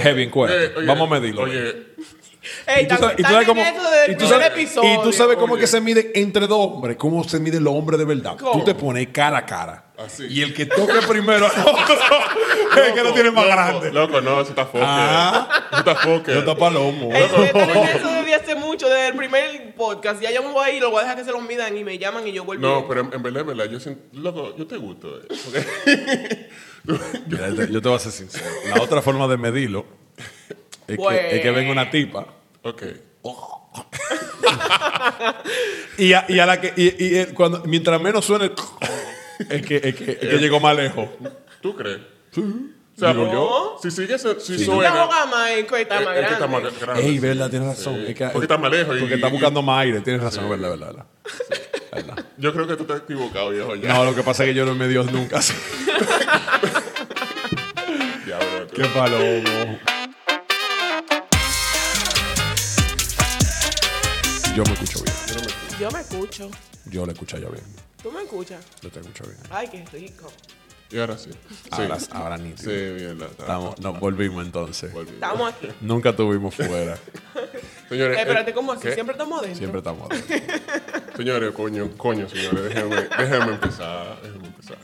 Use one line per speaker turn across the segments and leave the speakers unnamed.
heavy en cuerpo.
Eh, oye,
Vamos a medirlo.
Oye,
Y tú sabes- y tú sabes cómo- y tú sabes- y tú sabes cómo
oye.
que se mide entre dos hombres, cómo se mide los hombres de verdad. Tú
¿Cómo?
te pones cara a cara.
Así.
Y el que toque primero al otro es el que lo
loco,
tiene más
loco,
grande.
Loco, no, eso está foque.
Ah.
Eso está foque.
Yo tapa lomo.
Ey, yo estaba en eso desde hace mucho, desde el primer podcast. Ya yo me voy a ir, lo voy a dejar que se los midan y me llaman y yo vuelvo.
No, pero en, en verdad, en verdad, yo siento, loco, yo te gusto. eh. Porque-
Mira, te- yo te voy a ser sincero. La otra forma de medirlo es, que, es que venga una tipa.
Ok.
Y a, y a la que, y, y el- cuando, mientras menos suene el es que, es que, es que llegó más lejos.
¿Tú crees? Sí. O sea,
Digo
porque
yo.
si sigues, si
si tú estás
suena. eh,
jugando más, es que
Eh,
está
es-
más
este
es que está
grande.
más grande.
Ey, verdad, tienes razón.
Sí.
Es que-
Porque está más lejos y-
Porque está buscando más aire. Tienes razón, es verdad, verdad, verdad. Verdad.
Yo creo que tú te has equivocado, viejo. Ya,
No, lo que pasa es que yo no me dio nunca.
ya, bro, tú-
Qué palomo. Yo me escucho bien.
Yo me escucho.
Yo le escucho yo bien.
Tú me escuchas.
Yo te escucho bien.
Ay, qué rico.
Y ahora sí. Sí,
Ahora,
sí,
ahora nítido.
bien. la-
Ah, Estamos, nos volvimos entonces.
Volví.
Estamos aquí.
Nunca estuvimos fuera.
Señores,
Eh, espérate,
eh,
¿cómo así?
¿qué?
Siempre estamos adentro.
Siempre estamos. adentro.
Señores, coño, coño, señores, déjenme, déjenme empezar, déjenme empezar.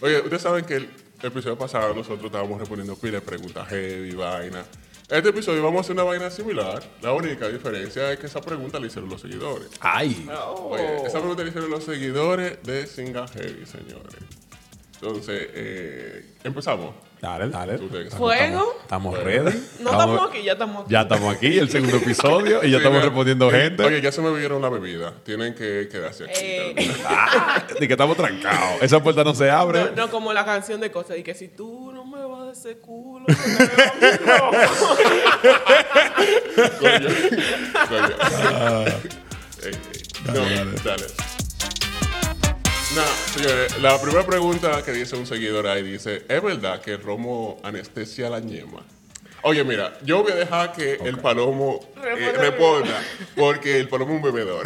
Oye, ustedes saben que el episodio pasado nosotros estábamos respondiendo pila de preguntas heavy, vaina. Este episodio vamos a hacer una vaina similar. La única diferencia es que esa pregunta la hicieron los seguidores.
Ay.
Oh.
Oye, esa pregunta la hicieron los seguidores de Singa Heavy, señores. Entonces, eh, empezamos.
Dale, dale.
Tú te-
Estamos-
Fuego.
Estamos, estamos ready.
No estamos aquí, ya estamos aquí.
Ya estamos aquí, el segundo episodio, y ya
Sí,
estamos
ya-
respondiendo
eh,
gente.
Oye, ya se me vieron la bebida. Tienen que quedarse aquí.
Eh.
terminar.
Ah, de que estamos trancados. Esa puerta no se abre.
No, no, como la canción de cosas. Y que si tú no me vas de ese culo, no me vas a mi ropa.
Coño. Coño. Ey, ey.
Ah. Dale,
No,
dale.
dale. Nah, señores, la primera pregunta que dice un seguidor ahí dice, ¿es verdad que el romo anestesia la ñema? Oye, mira, yo voy a dejar que el palomo eh,
Responda.
responda, porque el palomo es un bebedor.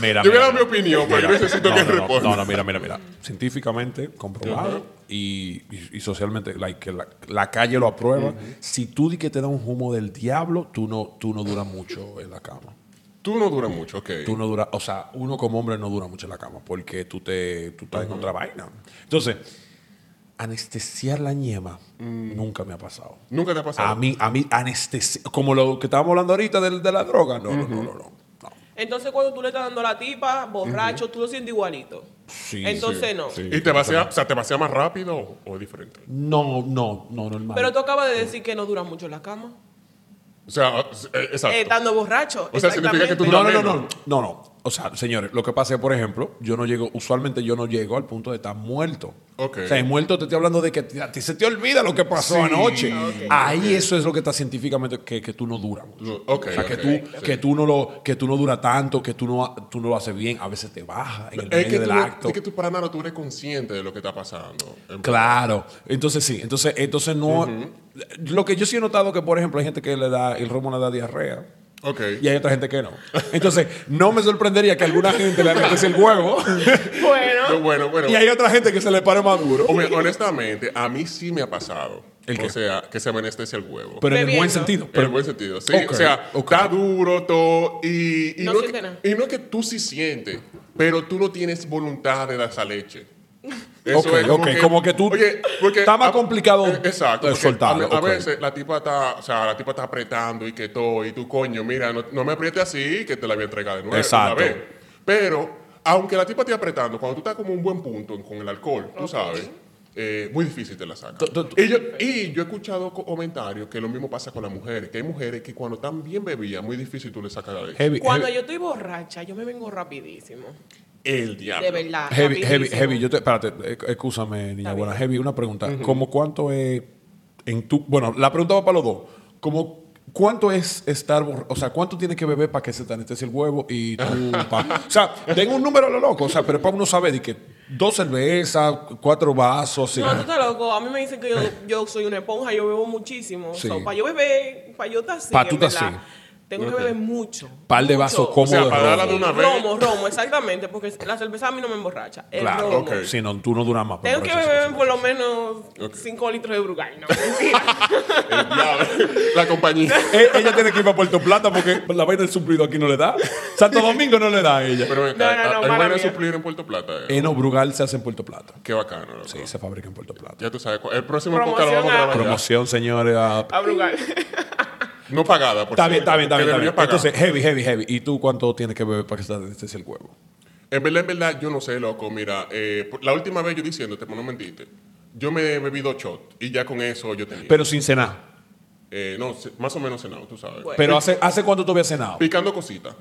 Mira,
Yo voy
mira,
a dar mi
mira.
opinión, pero yo necesito
no,
que
no, no,
responda.
No, no, mira, mira, mira. Científicamente comprobado y, y- y socialmente, like, que la, la calle lo aprueba. Si tú di que te da un humo del diablo, tú no, tú no duras mucho en la cama.
Tú no duras mucho, ok.
Tú no dura, o sea, uno como hombre no dura mucho en la cama porque tú te tú estás en otra vaina. Entonces, anestesiar la ñema
Mm.
nunca me ha pasado.
Nunca te ha pasado.
A mí, a mí, anestesia, como lo que estábamos hablando ahorita del- de, la droga, no, no, no, no, no. no.
Entonces, cuando tú le estás dando a la tipa, borracho, tú lo sientes igualito.
Sí,
Entonces,
sí,
no.
sí.
¿Y te vacía, o sea, te vacía más rápido o, o diferente?
No, no, no, normal.
Pero tú acabas de decir que no dura mucho en la cama.
O sea, eh, exacto.
Eh, estando borracho.
O sea, significa que tú
exactamente.
no, no, no,
menos.
no, no, no. O sea, señores, lo que pasa es, por ejemplo, yo no llego, usualmente yo no llego al punto de estar muerto.
Ok.
O sea, muerto te estoy hablando de que te- a ti se te olvida lo que pasó
Sí.
anoche.
Ok,
Ahí eso es lo que está científicamente, que, que tú no duras mucho.
No, ok,
o sea, que,
ok,
tú,
sí.
que, tú no lo, que tú no duras tanto, que tú no, tú no lo haces bien, a veces te baja en el
Es
medio
que,
del
tú, no-
acto.
es que tú para nada tú eres consciente de lo que está pasando. En-
Claro, entonces sí, entonces, entonces no... Lo que yo sí he notado que, por ejemplo, hay gente que le da, el romo le da diarrea.
Ok.
Y hay otra gente que no. Entonces, no me sorprendería que alguna gente le metes el huevo
Bueno.
Yo, bueno, bueno.
y hay otra gente que se le pare más duro.
Home- honestamente, a mí sí me ha pasado.
¿El qué?
O sea, que se me anestesia el huevo.
Pero en el buen
Bebiendo.
sentido.
en
Pero,
el buen sentido. Sí,
Ok,
o sea,
ok.
está duro todo y, y
No
es
siente
que-
nada.
y no es que tú sí sientes, pero tú no tienes voluntad de dar esa leche. Eso
Ok, ok, como que tú- está más complicado
eh, exacto.
de
porque
soltarlo,
A, a
ok.
veces la tipa está, o sea, la tipa está apretando y que todo y tú coño, mira, no, no me aprietes así que te la voy a entregar de nuevo. de
Exacto.
una vez. Pero aunque la tipa esté apretando, cuando tú estás como un buen punto en- con el alcohol, tú sabes, eh, muy difícil te la saca.
Tú- tú-
Y yo, y yo he escuchado co- comentarios que lo mismo pasa con las mujeres, que hay mujeres que cuando están bien bebidas, muy difícil tú le sacas la leche.
heavy,
Cuando
heavy,
yo estoy borracha, yo me vengo rapidísimo.
El diablo.
De verdad.
heavy, heavy,
rapidísimo.
heavy. Yo te, espérate, eh, excúsame, niña
Está
buena.
bien.
Heavy, una pregunta. ¿Cómo cuánto es en tu... Bueno, la pregunta va para los dos. ¿Cómo cuánto es estar... borr- O sea, ¿cuánto tienes que beber para que se te anestesie el huevo y tú... pa- o sea, tengo un número a lo loco. O sea, pero para uno saber de que dos cervezas, cuatro vasos...
No, tú
cinco-
estás loco. A mí me dicen que yo, yo soy una esponja, yo bebo muchísimo.
Sí.
para yo beber, para yo estar así.
Pa' tú
en
estar
verdad.
así.
Tengo
Ok.
que beber mucho.
Par de
mucho.
vasos cómodos.
sea, para
de
darla
romo.
de una vez.
Romo, romo, exactamente, porque la cerveza a mí no me emborracha. El
Claro,
romo.
ok.
Si no, tú no duras más.
Tengo que
por eso,
beber
sí,
por lo menos
Ok.
5 litros de Brugal. No, mentira.
El diablo, la compañía.
sí. Eh, Ella tiene que ir para Puerto Plata porque la vaina del suplido aquí no le da. Santo Domingo no le da a ella.
Pero ven
No,
acá,
no, no,
hay
mala
manera de
mía.
suplir en Puerto Plata. eh.
Eno Brugal se hace en Puerto Plata.
Qué bacano. loco.
Sí, se fabrica en Puerto Plata.
Ya tú sabes, cu- el próximo podcast
Promoción
lo vamos a
a-
grabar. ya.
Promoción, señores. a-
a Brugal.
No pagada, por
Está
cierto,
bien, está bien, está
que
bien. está
debería
bien.
pagar.
Entonces, heavy, heavy, heavy. ¿Y tú cuánto tienes que beber para que se anestesie el huevo?
En verdad, en verdad, yo no sé, loco. Mira, eh, por- la última vez yo diciéndote, pero no mentiste. Yo me bebí dos shots y ya con eso yo tenía.
Pero sin cenar.
Eh, no, se- más o menos cenado, tú sabes.
Bueno.
Pero hace, ¿hace cuánto tú habías cenado?
Picando cositas.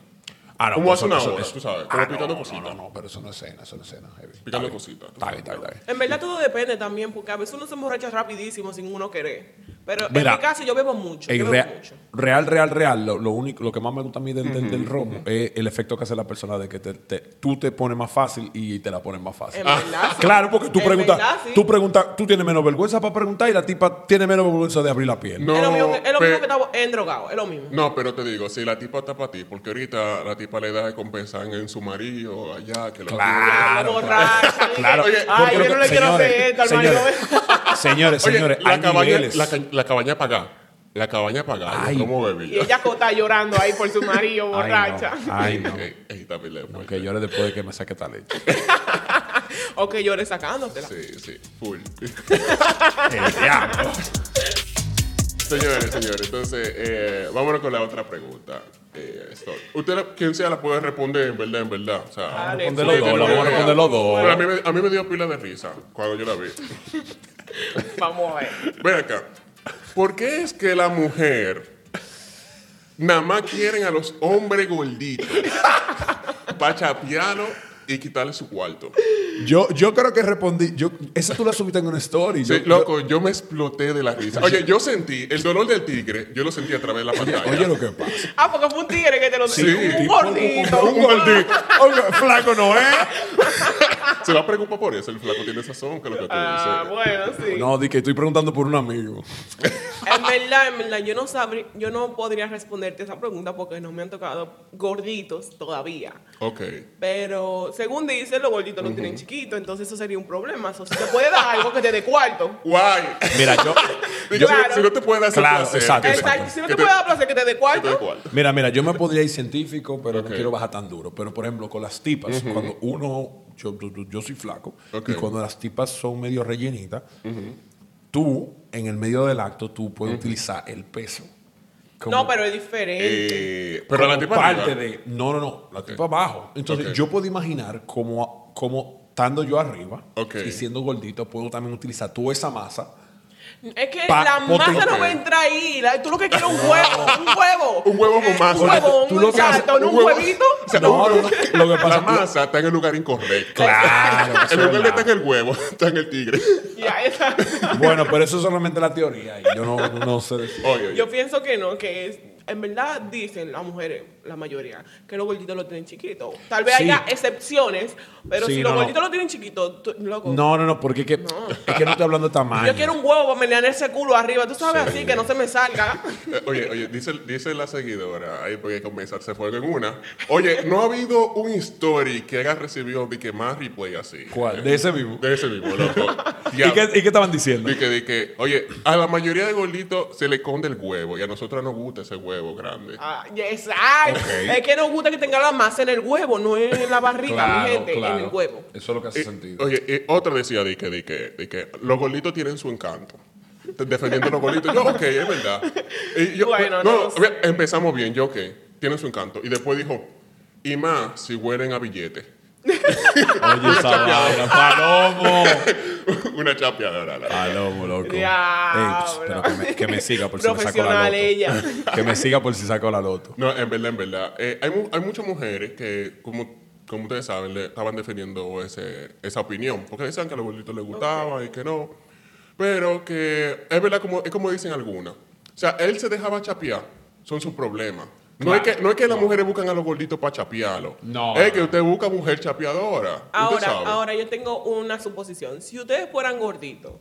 Ah,
Como
pues eso-
hace una
eso-
hora,
eso-
tú sabes. Como
Ah, no,
picando
no,
cositas.
no, no, pero eso no es cena, eso no es cena. heavy. Está
Picando
bien.
cositas.
Está bien, está bien, está bien.
En verdad todo depende también, porque a veces uno se emborracha rapidísimo sin uno querer. Pero
Mira,
en mi caso yo bebo mucho.
En
yo bebo
rea-
mucho.
real, real, real, lo, lo único, lo que más me gusta a mí del, del- del romo es el efecto que hace la persona de que te- te- tú te pones más fácil y te la pones más fácil. Ah,
En verdad, sí.
Claro, porque tú
En
preguntas,
verdad, sí.
tú preguntas, tú tienes menos vergüenza para preguntar y la tipa tiene menos vergüenza de abrir la piel.
No,
es lo mismo que, es lo mismo
pe-
que estaba en drogado, es lo mismo.
No, pero te digo, si la tipa está para ti, porque ahorita la tipa le da de compensar en su marido, allá, que lo
Claro,
borracha,
claro.
dije,
claro.
Oye,
porque
ay, yo
lo
no
que-
le quiero hacer esto al
señores,
marido.
Señores,
Oye,
señores,
la
hay
cabaña,
niveles.
la, ca- la cabaña pagada. La cabaña pagada.
Ay.
yo ¿Cómo
Y
bebí?
ella está llorando ahí por su marido
Ay, no, Ah.
borracha.
Ay, no.
Ey, ey, Eh, está bien pues. fuerte.
No, que llore después de que me saque esta leche.
O que llore sacándotela.
Sí, sí, full.
El diablo.
señores, señores, entonces, eh, vámonos con la otra pregunta. Eh, esto- Usted, la- quien sea, la puede responder, en verdad, en verdad. O sea,
Dale,
Responde los dos, la vamos a responder los dos.
Pero a mí, me, a mí me dio pila de risa cuando yo la vi.
Vamos a ver.
Ven acá. ¿Por qué es que la mujer nada más quieren a los hombres gorditos para chapearlo y quitarle su cuarto?
Yo, yo creo que respondí. Yo, esa tú la subiste en una story.
Sí,
yo-
loco, yo me exploté de la risa. Oye, yo sentí el dolor del tigre, yo lo sentí a través de la pantalla.
yo- oye, lo que pasa.
Ah, porque fue un tigre que te lo
Sí,
un
tipo-
gordito.
Un gordito. Oiga, flaco no es.
Se va a preocupar por eso, el flaco tiene sazón, que lo que tú
Ah,
dices.
bueno, sí.
No, di que estoy preguntando por un amigo.
En verdad, en verdad, yo no sabría, yo no podría responderte esa pregunta porque no me han tocado gorditos todavía.
Ok.
Pero según dicen, los gorditos no tienen chiquito, entonces eso sería un problema. O sea, te puede dar algo que te dé cuarto.
Guay.
Mira, yo.
Digo,
Yo-
si-
Claro.
Si no te puede dar ese
Claro,
placer,
exacto,
Ah, que te-
exacto.
Exacto. Si no
que
te puede dar placer que te
que
dé
te dé
cuarto.
cuarto.
Mira, mira, yo me podría ir científico, pero
Ok.
no quiero bajar tan duro. Pero, por ejemplo, con las tipas, cuando uno, yo, yo- yo soy flaco,
Ok.
y cuando las tipas son medio rellenitas, tú, en el medio del acto, tú puedes utilizar el peso. como-
No, pero es diferente.
Eh, pero la
como
tipa
parte
arriba.
de no no no la tipa abajo entonces
Ok.
yo puedo imaginar como como estando yo arriba
Ok.
y siendo gordito puedo también utilizar toda esa masa
es que
pa-
la masa
potencia.
no va a entrar ahí. La- tú lo que quieres es un huevo. Un huevo.
Un huevo con
Eh,
masa.
Un
Porque
huevo,
tú
un
lo que haces-
exacto, no
un
un
huevo-
huevito.
O sea,
no, no, no, lo que
La
pasa
masa está en el lugar incorrecto.
Claro, eso
En
es
el lugar que
verdad.
está en el huevo, está en el tigre.
Ya, esa-
bueno pero eso es solamente la teoría y yo no, no sé decir.
Oye, oye.
Yo pienso que no, que es. En verdad dicen las mujeres, la mayoría, que los gorditos lo tienen chiquito. Tal vez
Sí.
haya excepciones, pero
Sí,
si
no,
los
no.
gorditos lo tienen chiquito, tú- loco.
no no no porque es que es que no estoy hablando de tamaño
Yo quiero un huevo para menear ese culo arriba, tú sabes
Sí.
así, que no se me salga.
Eh, Oye, oye, dice, dice la seguidora, ahí porque comenzar se fue en una. Oye, no ha habido un story que haya recibido de que más replay así.
¿Cuál? de ese mismo
De ese mismo, loco.
¿Y qué, y qué estaban diciendo
Dije, dije, oye, a la mayoría de gorditos se le esconde el huevo y a nosotros nos gusta ese huevo grande.
Ah, exacto. Es que nos gusta que tenga la masa en el huevo, no en la barriga, mi gente, en el huevo.
eso es lo que hace
Eh,
sentido
Oye, eh, otra decía de que, de que, de que los gorditos tienen su encanto. Te- Defendiendo a los gorditos. Yo, ok, es verdad. Y yo, pues,
Bueno,
no,
no lo
mira, empezamos bien. Yo, ok, tienen su encanto. Y después dijo, y más si huelen a billetes.
oye esa vaina, palomo
Una chapeadora. la-
palomo loco
Diablo.
Ey, pues, pero que me, que me siga por si me saco la
Profesional
loto
ella.
que me siga por si saco la loto
No, en verdad, en verdad. Eh, hay, mu- hay muchas mujeres que, como, como ustedes saben, le estaban defendiendo ese, esa opinión. Porque decían que a los gorditos les gustaba y que no. Pero que es verdad, como, es como dicen algunas. O sea, él se dejaba chapear. Son sus problemas. No, es que, no es que las mujeres buscan a los gorditos para chapearlo.
No.
Es que usted busca mujer chapeadora. usted
Ahora,
sabe.
ahora yo tengo una suposición. Si ustedes fueran gorditos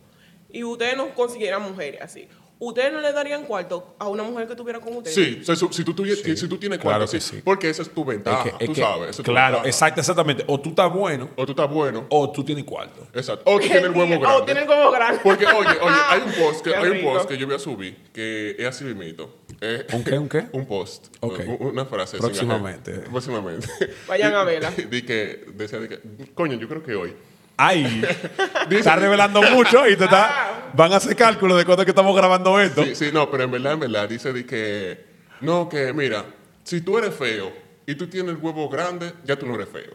y ustedes nos consiguieran mujeres así, ¿Ustedes no le darían cuarto a una mujer que tuviera con ustedes?
Sí, o sea, si, si tú, tuvies- si tú tienes
claro
cuarto,
que
sí.
sí.
Porque esa es tu
Ah,
ventaja,
Es que- es
tú
que-
sabes. esa es tu
claro,
ventaja.
exact- exactamente. O tú estás bueno
O tú estás bueno.
o tú tienes cuarto.
Exacto. O tú tienes el huevo grande.
Oh, tiene el huevo grande.
Porque, oye, oye, hay un post que,
Qué
hay un
rico.
post que yo voy a subir que es así mismito. Eh,
¿Un qué, un qué?
Un post.
Ok.
Un- Una frase.
Próximamente.
sin- Próximamente.
Vayan a verla.
Di que, decía, di que, coño, yo creo que hoy.
Ay, estás revelando mucho y te está, van a hacer cálculos de cuándo es que estamos grabando esto.
Ah. Sí, sí, no, pero en verdad, en verdad, dice di que, no, que mira, si tú eres feo y tú tienes el huevo grande, ya tú no eres feo.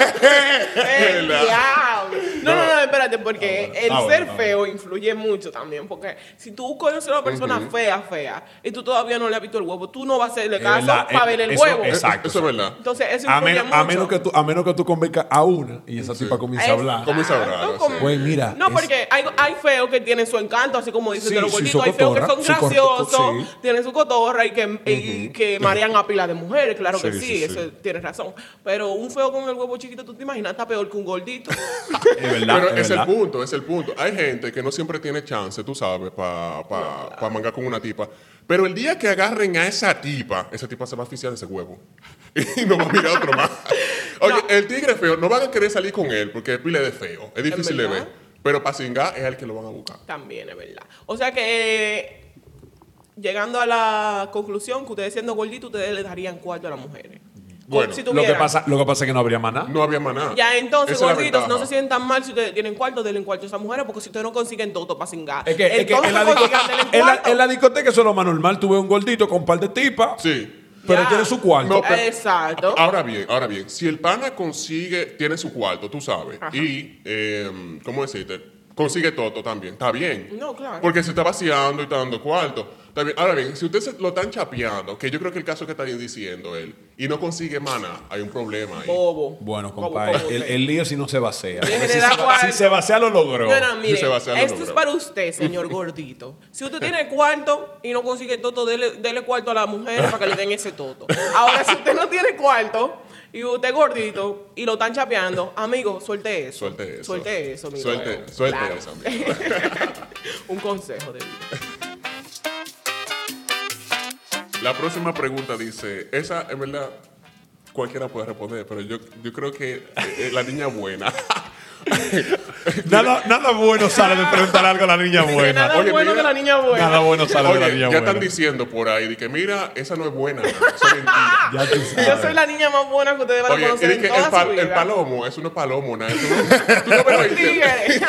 Eh,
¿Verdad?
diablo. No, no, no, espérate, porque el
Ah, bueno,
ser
ah, bueno.
feo influye mucho también. Porque si tú conoces a una persona fea, fea, y tú todavía no le has visto el huevo, tú no vas a hacerle caso
la-
para
eh,
ver el
eso-
huevo.
eso- Exacto,
Eso es verdad.
Entonces, eso
A,
influye
men-
mucho.
a menos que tú, a menos que tú convenzas a una y esa tipa comienza a hablar.
Comienza a hablar,
Exacto,
sí.
Güey, Pues mira,
No,
es-
porque hay, hay feos que tienen su encanto, así como dicen
Sí,
de los
sí,
gorditos.
su
hay feos que
cotorra,
son
su cor-
graciosos,
sí.
tienen su cotorra y que, y que marean a pila de mujeres. Claro que sí,
Sí, sí, sí.
eso tienes razón. Pero un feo con el huevo chiquito, tú te imaginas, está peor que un gordito.
Es verdad,
Pero
es
es el
verdad.
punto, es el punto. Hay gente que no siempre tiene chance, tú sabes, para mangar con una tipa. Pero el día que agarren a esa tipa, esa tipa se va a asfixiar de ese huevo. Y no va a mirar otro más. Oye, el tigre feo, no van a querer salir con él porque es pile de feo. Es difícil de ver.
verdad.
Pero para cingar es el que lo van a buscar.
También es verdad. O sea que, eh, llegando a la conclusión que ustedes siendo gorditos, ustedes le darían cuarto a las mujeres.
Bueno,
Si
lo
Lo que,
tuvieran.
pasa, lo que pasa es que no habría maná.
No había maná.
Ya entonces,
Esa es la
gorditos, no
ventaja.
se sientan mal si ustedes tienen cuarto, denle cuarto a esas mujeres, porque si ustedes no consiguen toto para cingar,
Es que, es que
entonces
en, la
consigan,
discoteca, en,
denle
la,
cuarto.
en la discoteca eso es lo más normal. Tú ves un gordito con un par de tipas,
Sí.
pero
Ya.
tiene su cuarto.
No, pero-
Ah, Exacto.
Ahora bien, ahora bien, si el pana consigue, tiene su cuarto, tú sabes, y, eh, ¿cómo decirte? Consigue todo también, está bien.
No, claro.
Porque se está vaciando y está dando cuarto. Está bien. Ahora bien, si ustedes lo están chapeando, que yo creo que el caso que está diciendo él, y no consigue mana, hay un problema ahí.
Bobo.
Bueno,
Bobo,
compadre,
bobo,
el,
usted.
el lío si no se vacía.
Deje
Porque
de
Si,
dar
se, va-
cuarto.
si se vacía lo logró.
No, no, mire,
se va a hacer lo
esto es
logrado.
para usted, señor gordito. Si usted tiene cuarto y no consigue toto, dele, dele cuarto a la mujer para que le den ese toto. Ahora, si usted no tiene cuarto y usted es gordito y lo están chapeando, amigo, suelte eso.
Suelte eso.
Suelte eso, amigo.
Suelte- suelte
Claro.
eso, amigo.
Un consejo de vida.
La próxima pregunta dice, esa en verdad cualquiera puede responder, pero yo, yo creo que eh, la niña buena.
Nada, nada bueno sale de preguntar algo a la niña
Que nada
buena.
Oye,
bueno
mira.
de la niña buena.
Nada bueno sale de la
Oye,
niña
ya están
buena.
diciendo por ahí, de que mira, esa no es buena, esa es mentira.
Ya tú
Yo soy
sabes.
la niña más buena que ustedes van a
Oye,
conocer
y
en
que
toda
el, pal-
su vida.
el palomo, eso no es palomo, nada. Tú no, tú no me lo oíste.
Tigre.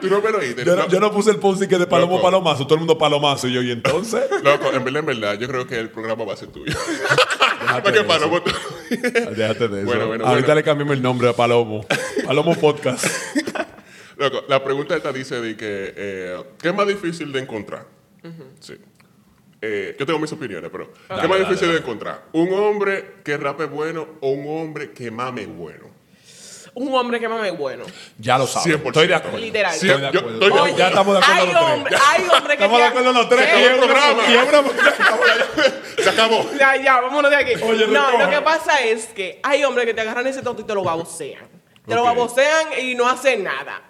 Tú no me lo oíste.
Yo
No.
no, yo no puse el post que de palomo
Loco.
palomazo, todo el mundo palomazo. Y yo, ¿y entonces?
Loco, en verdad, en verdad, yo creo que el programa va a ser tuyo.
Déjate de
Porque
eso.
palomo.
Déjate de eso.
Bueno, bueno,
Ahorita
bueno.
le cambiamos el nombre a Palomo. Palomo Podcast.
Loco, la pregunta esta dice de que, eh, ¿qué es más difícil de encontrar? Sí. Eh, yo tengo mis opiniones, pero ¿qué es más
dale,
difícil de encontrar? ¿Un hombre que rape bueno o un hombre que mame bueno?
Un hombre que mame bueno.
Ya lo sabes.
100%.
Estoy de acuerdo.
Literal.
Sí,
Estoy de
yo-
acuerdo.
estoy de
Ya
acuerdo.
estamos de acuerdo
hay
los tres.
hombre, hay hombre que
Estamos de
sea-
acuerdo los tres.
Eh,
que
Acabó el
es una-
programa.
y es una mujer.
Se acabó.
Ya, ya, vámonos de aquí.
Oye,
no,
recoja.
lo que pasa es que hay hombres que te agarran ese tonto y te lo babosean. Te lo
Ok.
babosean y no hacen nada.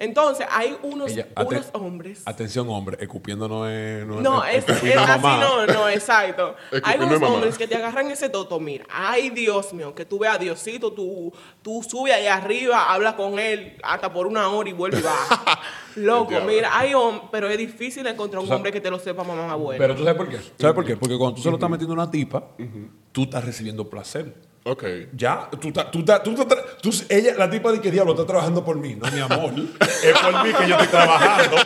Entonces, hay unos,
Ella- aten-
unos hombres.
Atención, hombre. Escupiendo no es. este No,
No, es, es
escupir no
así,
mamá.
no, no, exacto.
Escupir
Hay
no
unos
es mamá.
hombres que te agarran ese toto, mira, ay Dios mío, que tú veas a Diosito, tú, tú subes ahí arriba, hablas con él hasta por una hora y vuelves y baja. Loco,
El diablo.
mira, hay hombres, pero es difícil encontrar un
sea,
hombre que te lo sepa mamá abuela.
Pero tú sabes por qué. ¿Sabes por qué? Porque cuando tú se lo estás metiendo a una tipa, tú estás recibiendo placer.
Ok.
Ya, tú estás, tú estás, tú estás, tra- tú- ella, la tipa de que diablo está trabajando por mí, no mi amor, es por mí que yo estoy trabajando.
Y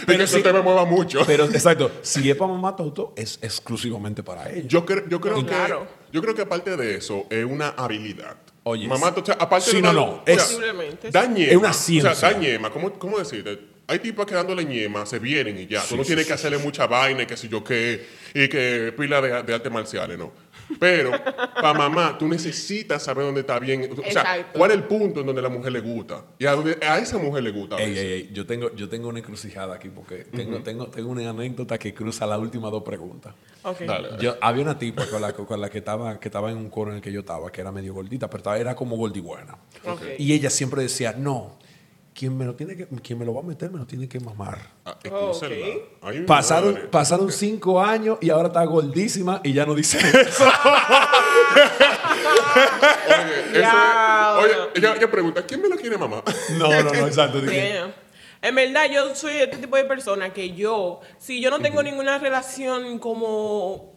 que
Pero,
eso
sí-
te me mueva mucho.
pero exacto, si es para mamá Toto, es exclusivamente para ella.
Yo, cre- yo creo
Claro.
que yo creo que aparte de eso es una habilidad.
Oye,
Mamá, o sea, aparte
sí,
de una-
no, no, es-
Posiblemente,
da
sí.
ñema,
es una
O sea,
ciencia.
da ñema. ¿Cómo, cómo decirte? Hay tipas que dándole ñema, se vienen y ya. Tú no tienes que hacerle mucha vaina y que si yo qué, y que pila de, de artes marciales, no. Pero, para mamá, tú necesitas saber dónde está bien. O sea,
Exacto.
cuál es el punto en donde la mujer le gusta. Y a, donde- a esa mujer le gusta. a
Ey,
veces.
ey, ey, yo tengo, yo tengo una encrucijada aquí porque tengo, tengo, tengo una anécdota que cruza las últimas dos preguntas.
Ok.
Dale, dale.
Yo, había una tipa con la, con la que, estaba, que estaba en un coro en el que yo estaba, que era medio gordita, pero estaba- era como gordibuena.
Ok.
Y ella siempre decía, no, Quien me lo tiene que, quien me lo va a meter, me lo tiene que mamar.
Ah,
Oh,
excúsenla.
ok.
Ay, mi
Pasaron,
madre.
pasaron cinco años y ahora está gordísima y ya no dice eso.
Oye, eso es-
Diablo.
oye, ella, ella pregunta, ¿quién me lo quiere mamá?
No, no, no, exacto. dije,
Damn. En verdad, yo soy este tipo de persona que yo, si yo no tengo ninguna relación como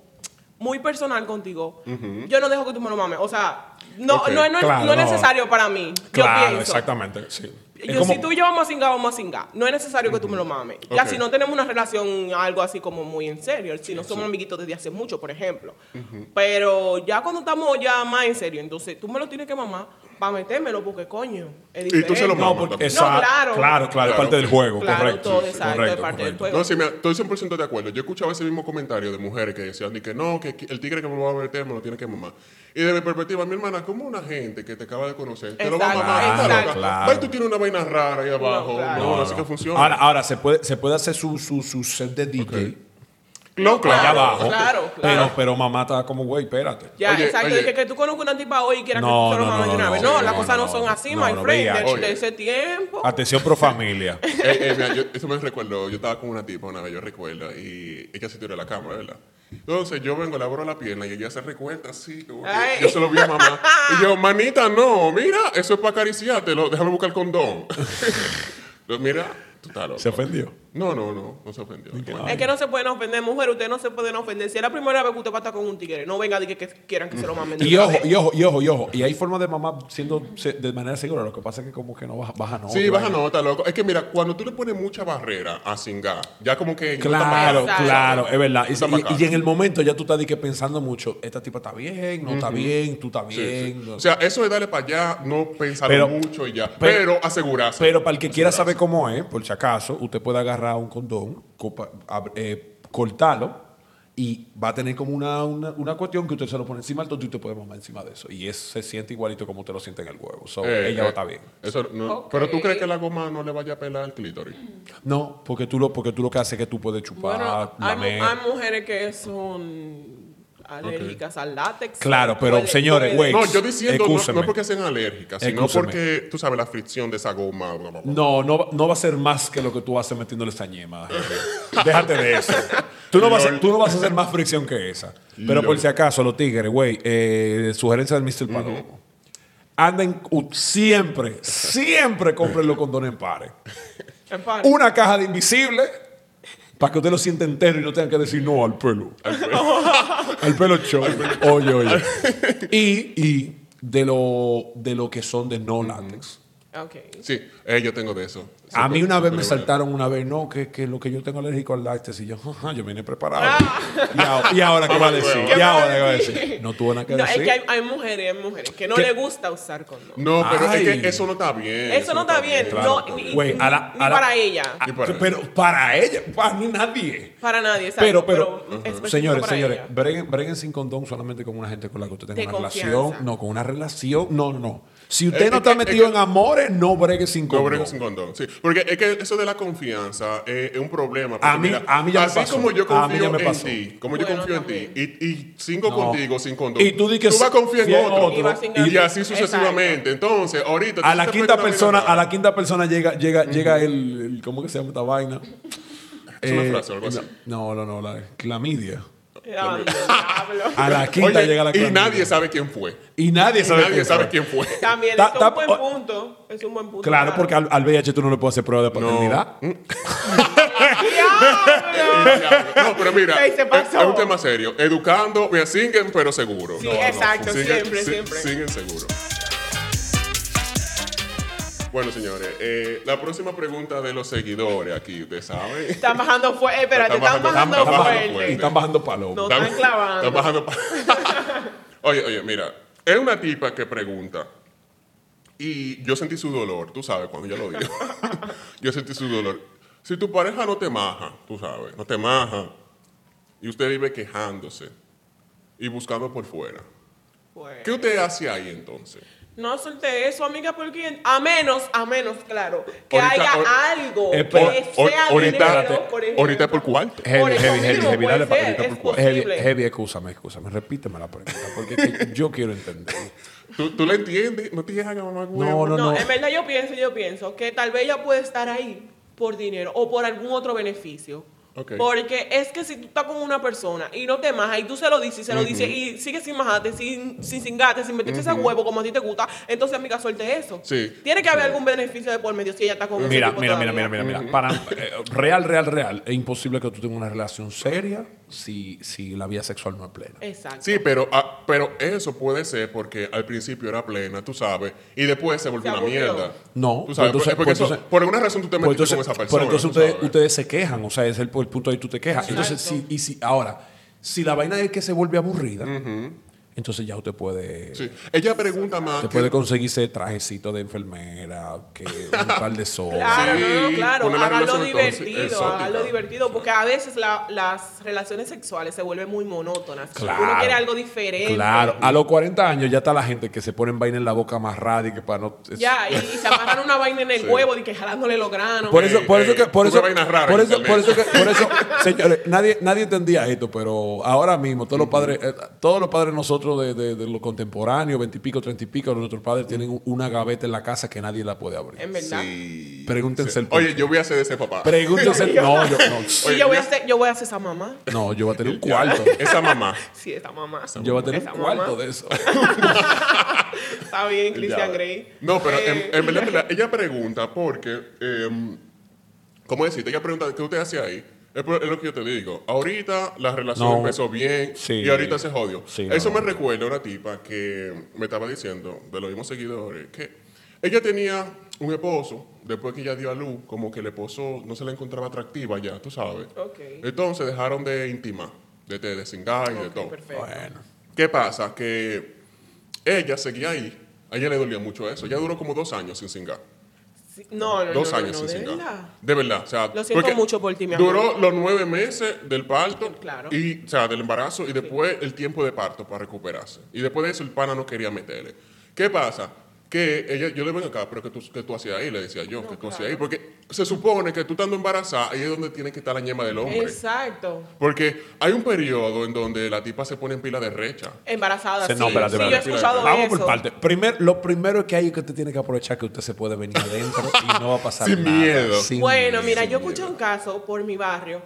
muy personal contigo, yo no dejo que tú me lo mames. O sea, no,
Ok,
no, no, es-
claro,
no es
no.
necesario para mí. yo
Claro,
pienso.
exactamente. sí. Es
Yo,
como-
Si tú y yo vamos a cingar, vamos a cingar. No es necesario que tú me lo mames. Ya
Ok.
si no tenemos una relación, algo así como muy en serio. Si no somos amiguitos desde hace mucho, por ejemplo. Pero ya cuando estamos ya más en serio, entonces tú me lo tienes que mamar para metérmelo, porque coño. Es
tú se lo
diferente.
mamas.
No,
No,
porque
también.
esa-
No, claro.
claro, claro, es
Claro,
parte del
sí.
juego,
Claro,
correcto.
todo
sí,
exacto, es
correcto,
parte del
correcto.
juego.
No, sí, mira, estoy 100% de acuerdo. Yo escuchaba ese mismo comentario de mujeres que decían de que no, que el tigre que me lo va a meter me lo tiene que mamar. Y de mi perspectiva, mi hermana, como una gente que te acaba de conocer, te lo va a
Exacto,
mamar, está
exacto.
loca.
Claro.
Va y tú tienes una vaina rara ahí abajo. No,
claro.
así que funciona.
Ahora, ahora se, puede, se puede hacer su, su, su set de DJ
no, claro.
allá abajo.
claro,
Pero,
claro.
pero mamá está como, güey, espérate.
Ya,
Oye,
exacto.
oye.
de que, que tú conozcas una tipa hoy y quieras
No,
que tú se lo
no,
mames
no,
de una
no,
vez.
no,
No,
no,
las cosas no,
no,
son así,
no,
my
no,
friend.
VIH.
De, de ese tiempo.
Atención pro familia.
Eh, eh, mira, yo- eso me recuerdo, yo estaba con una tipa una vez, yo recuerdo, y ella se tiró de la cámara, ¿verdad? Entonces yo vengo, le abro la pierna y ella se recuerda así, como que
Ay.
yo se lo vi a mamá. Y yo, manita, no, mira, eso es para acariciártelo, déjame buscar el condón. Yo, mira, tú estás loco.
Se ofendió.
No, no, no, no se ofendió. Bueno,
Es que no se pueden ofender, mujer, ustedes no se pueden ofender. Si es la primera vez que usted va a estar con un tigre, no venga a decir que quieran que se lo mamen. de
Y
una
ojo,
vez.
y ojo, y ojo, y ojo. Y hay formas de mamá siendo se- de manera segura. Lo que pasa es que como que no baja, baja no.
Sí, baja nota, loco. Es que mira, cuando tú le pones mucha barrera a cingar, ya como que...
Claro,
Exacto.
claro, es verdad. Y,
Está para acá.
y- y en el momento ya tú estás di que pensando mucho, esta tipa está bien, no está bien, tú estás
Sí, sí.
bien. no-
O sea, eso es darle para allá, no pensar
Pero-
mucho y ya.
pero-
Pero, asegurarse.
Pero para el que quiera saber cómo es, por si acaso, usted puede agarrar un condón, copa- ab- eh, cortarlo y va a tener como una, una, una cuestión que usted se lo pone encima del tonto y usted puede mamar encima de eso. Y es, se siente igualito como usted lo siente en el huevo. So,
Eh,
ella va a
eh,
estar bien.
Eso no-
Ok.
Pero tú crees que la goma no le vaya a pelar el clítoris.
No, porque tú lo, porque tú lo que haces es que tú puedes chupar,
Bueno, hay,
lamer.
mu- hay mujeres que son alérgicas al látex.
Claro, pero,
Puede-
señores,
puede-
güey.
No, yo diciendo, no- no,
excúseme.
porque sean alérgicas, sino
Excúseme.
porque, tú sabes, la fricción de esa goma. bla, bla, bla.
No, no, va- no va a ser más que lo que tú haces metiéndole esa ñema. Henry. Déjate de eso. Tú no, vas a,
Lol.
tú no vas a hacer más fricción que esa. Pero por
Lol.
si acaso, los tigres, güey, eh, sugerencia del Mr. Palomo. Anden u- siempre, siempre compren los condones en pares.
en parte.
Una caja de invisible para que usted lo sienta entero y no tenga que decir no al pelo. al pelo cholo. Oye, oye. Y, y de, lo, de lo que son de no látex.
Ok.
Sí, eh, yo tengo de eso.
A mí una vez me
Súper bueno.
saltaron una vez, no, que, que lo que yo tengo alérgico al lácteos y yo, "Ajá, yo vine preparado. Y ahora- ¿Y ahora qué va a decir?
¿Qué
¿Y
Ah. va a
ahora qué va a
decir?
decir? No tuvo nada que
No, es que
decir.
hay, hay mujeres, hay mujeres que no
¿Qué?
le gusta usar condón.
No, pero
Ay.
es que eso no está bien.
Eso, no está bien,
claro.
no, ni,
Güey,
ni-
a la-
ni
a la-
para ella,
Ah,
Y para
pero para ella, para ni nadie.
para nadie.
Pero,
exacto,
pero,
específico
señores,
para
señores,
ella.
breguen, breguen sin condón solamente con una gente con la que usted tenga
De
una
confianza.
relación. No, con una relación, no, no, no. Si usted
Es
no
que-
está
es
metido
que-
en amores, no bregue sin
eh, No
condón.
bregues sin condón. Sí, porque es que eso de la confianza eh, es un problema. porque
A mí- a mí ya me
así
pasó.
como yo
A mí ya
confío
me
en
pasó.
ti, como yo
Bueno,
confío en ti, y, y cinco contigo sin condón.
Y tú di que
vas a confiar
fiel
en otro.
otro. Y vas
sin
Y,
confiar.
así sucesivamente. Entonces, ahorita.
A
tú
la
te
quinta
metes
persona,
una
a la quinta persona llega, llega, llega el, el- ¿cómo que se llama esta vaina?
Es una frase o algo así.
Eh, No, no, no, la clamidia.
Ah, diablo.
A la
vaina.
quinta
Oye,
llega la
Y
clamidia.
nadie sabe quién fue.
Y nadie
Y
sabe.
nadie
quién
sabe
fue.
quién fue.
También
Ta-
es
ta-
un buen
o-
punto, es un buen punto.
Claro, porque al, al VIH tú no le puedes hacer prueba de paternidad.
Mm,
¡Diablo!
No, pero mira,
Ey,
es,
se pasó.
es un tema serio. Educando, mira, singuen, pero seguro.
Sí, exacto,
singuen-
siempre,
si-
siempre.
Singuen seguro. Bueno, señores, eh, la próxima pregunta de los seguidores aquí, ustedes saben.
Están bajando fuerte. Eh, espérate,
Están
están
bajando-
bajando,
están bajando
fuerte.
y
fuerte.
están bajando palos.
No. están clavando.
están bajando pa- oye, oye, mira, es una tipa que pregunta. Y yo sentí su dolor, tú sabes, cuando yo lo digo. yo sentí su dolor. Si tu pareja no te maja, tú sabes, no te maja, y usted vive quejándose y buscando por fuera,
Fuerte.
¿qué usted hace ahí entonces?
No solté eso, amiga, porque a menos, a menos, claro, que
Ahorita,
haya
or-
algo
eh,
que
por-
O-
sea
ahorita,
dinero, por ejemplo.
ahorita es por cuarto.
Por
Heavy,
eso
heavy, heavy,
mismo
heavy.
puede
Dale para
ser,
ahorita por
es
cuarto.
posible.
Heavy, heavy, escúchame, escúchame. Repíteme la pregunta, porque es que yo quiero entender.
¿Tú, tú la entiendes? No te dejas que mamá
No, no,
No,
no.
en verdad yo pienso, yo pienso que tal vez ella puede estar ahí por dinero o por algún otro beneficio.
Ok.
Porque es que si tú estás con una persona y no te majas y tú se lo dices y se lo dices y sigues sin majarte, sin, sin cingarte, sin meterte ese huevo como a ti te gusta, entonces amiga, suelte eso.
Sí.
Tiene que haber algún beneficio de por medio si ella está con ese
Mira,
tipo
mira, mira,
todavía.
mira, mira, mira. Para, eh, real, real, real. Es imposible que tú tengas una relación seria si, si la vida sexual no es plena.
Exacto.
Sí, pero, ah, pero eso puede ser porque al principio era plena, tú sabes, y después se volvió
Se
una
aburrió.
mierda.
No,
tú sabes,
pues entonces-
porque
pues
eso-
entonces-
por alguna razón tú te
Pero
metiste
Pues entonces,
con esa persona.
pero entonces
tú
ustedes,
sabes.
ustedes se quejan, o sea, es el, el punto de que tú te quejas. Entonces, si, y si, ahora, si la vaina es que se vuelve aburrida, entonces ya usted puede,
Sí. Ella pregunta más.
te
que-
puede conseguirse trajecito de enfermera, que un par de sol.
Claro,
Sí,
no, no, claro,
poner la
hágalo
relación entonces
divertido,
exótica.
hágalo divertido, porque a veces la- las relaciones sexuales se vuelven muy monótonas.
Claro.
Uno quiere algo diferente.
Claro, a los 40 años ya está la gente que se ponen vaina en la boca más rara y que para no... es-
Ya, y, y se amarran una vaina en el huevo y que jalándole los granos.
Por eso, por
Ey,
eso que,
ey,
por
tú
eso,
ves vainas raras
por
en
eso, por
internet.
eso que, por eso, señores, nadie, nadie entendía esto, pero ahora mismo todos los padres, eh, todos los padres nosotros de, de, de los contemporáneos, veintipico, treinta y pico, nuestros padres tienen una gaveta en la casa que nadie la puede abrir.
en verdad.
Sí.
Pregúntense
Sí.
el por
Oye, yo voy a hacer de ese papá.
Pregúntense, no, yo, no,
y yo voy, a ser, yo voy a ser esa mamá.
no, yo voy a tener un
Ya,
cuarto,
Esa mamá.
Sí, esa mamá.
yo voy a tener
Esa
un cuarto
mamá.
de eso.
Está bien,
Ya.
Christian Grey.
No, pero
Eh,
en, en verdad, en verdad, ella pregunta porque, eh, ¿cómo decirte? Ella pregunta, ¿qué usted hace ahí? Es por- es lo que yo te digo. Ahorita la relación
No.
empezó bien
Sí.
y ahorita se jodió.
Sí,
Eso
no.
me recuerda a una tipa que me estaba diciendo, de los mismos seguidores, que ella tenía un esposo, después que ella dio a luz, como que el esposo no se la encontraba atractiva ya, tú sabes.
Ok.
Entonces dejaron de intimar, de, de, de cingar y de
ok,
todo.
perfecto.
Bueno,
¿Qué pasa? Que ella seguía ahí. A ella le dolía mucho eso. Ella duró como dos años sin cingar.
Sí, No, no, no,
Dos
no,
años sin
no, de
cingar.
verdad.
De verdad. O sea,
Lo siento
porque
mucho por ti, mi amor.
Duró los nueve meses del parto.
Claro.
Y, o sea, del embarazo y después el tiempo de parto para recuperarse. Y después de eso el pana no quería meterle. ¿Qué pasa? Que ella, yo le vengo acá, pero que tú, que tú hacías ahí, le decía yo, que tú hacías ahí. Porque se supone que tú estando embarazada, ahí es donde tiene que estar la ñema del hombre.
Exacto.
Porque hay un periodo en donde la tipa se pone en pila de recha.
Embarazada.
se-
sí,
no, espérate,
sí, yo he
espérate.
escuchado
Vamos
eso.
por parte. Primero, lo primero que hay es que usted tiene que aprovechar que usted se puede venir adentro y no va a pasar
Sin
nada.
miedo.
Sin miedo.
Bueno, mira, yo escuché un caso por mi barrio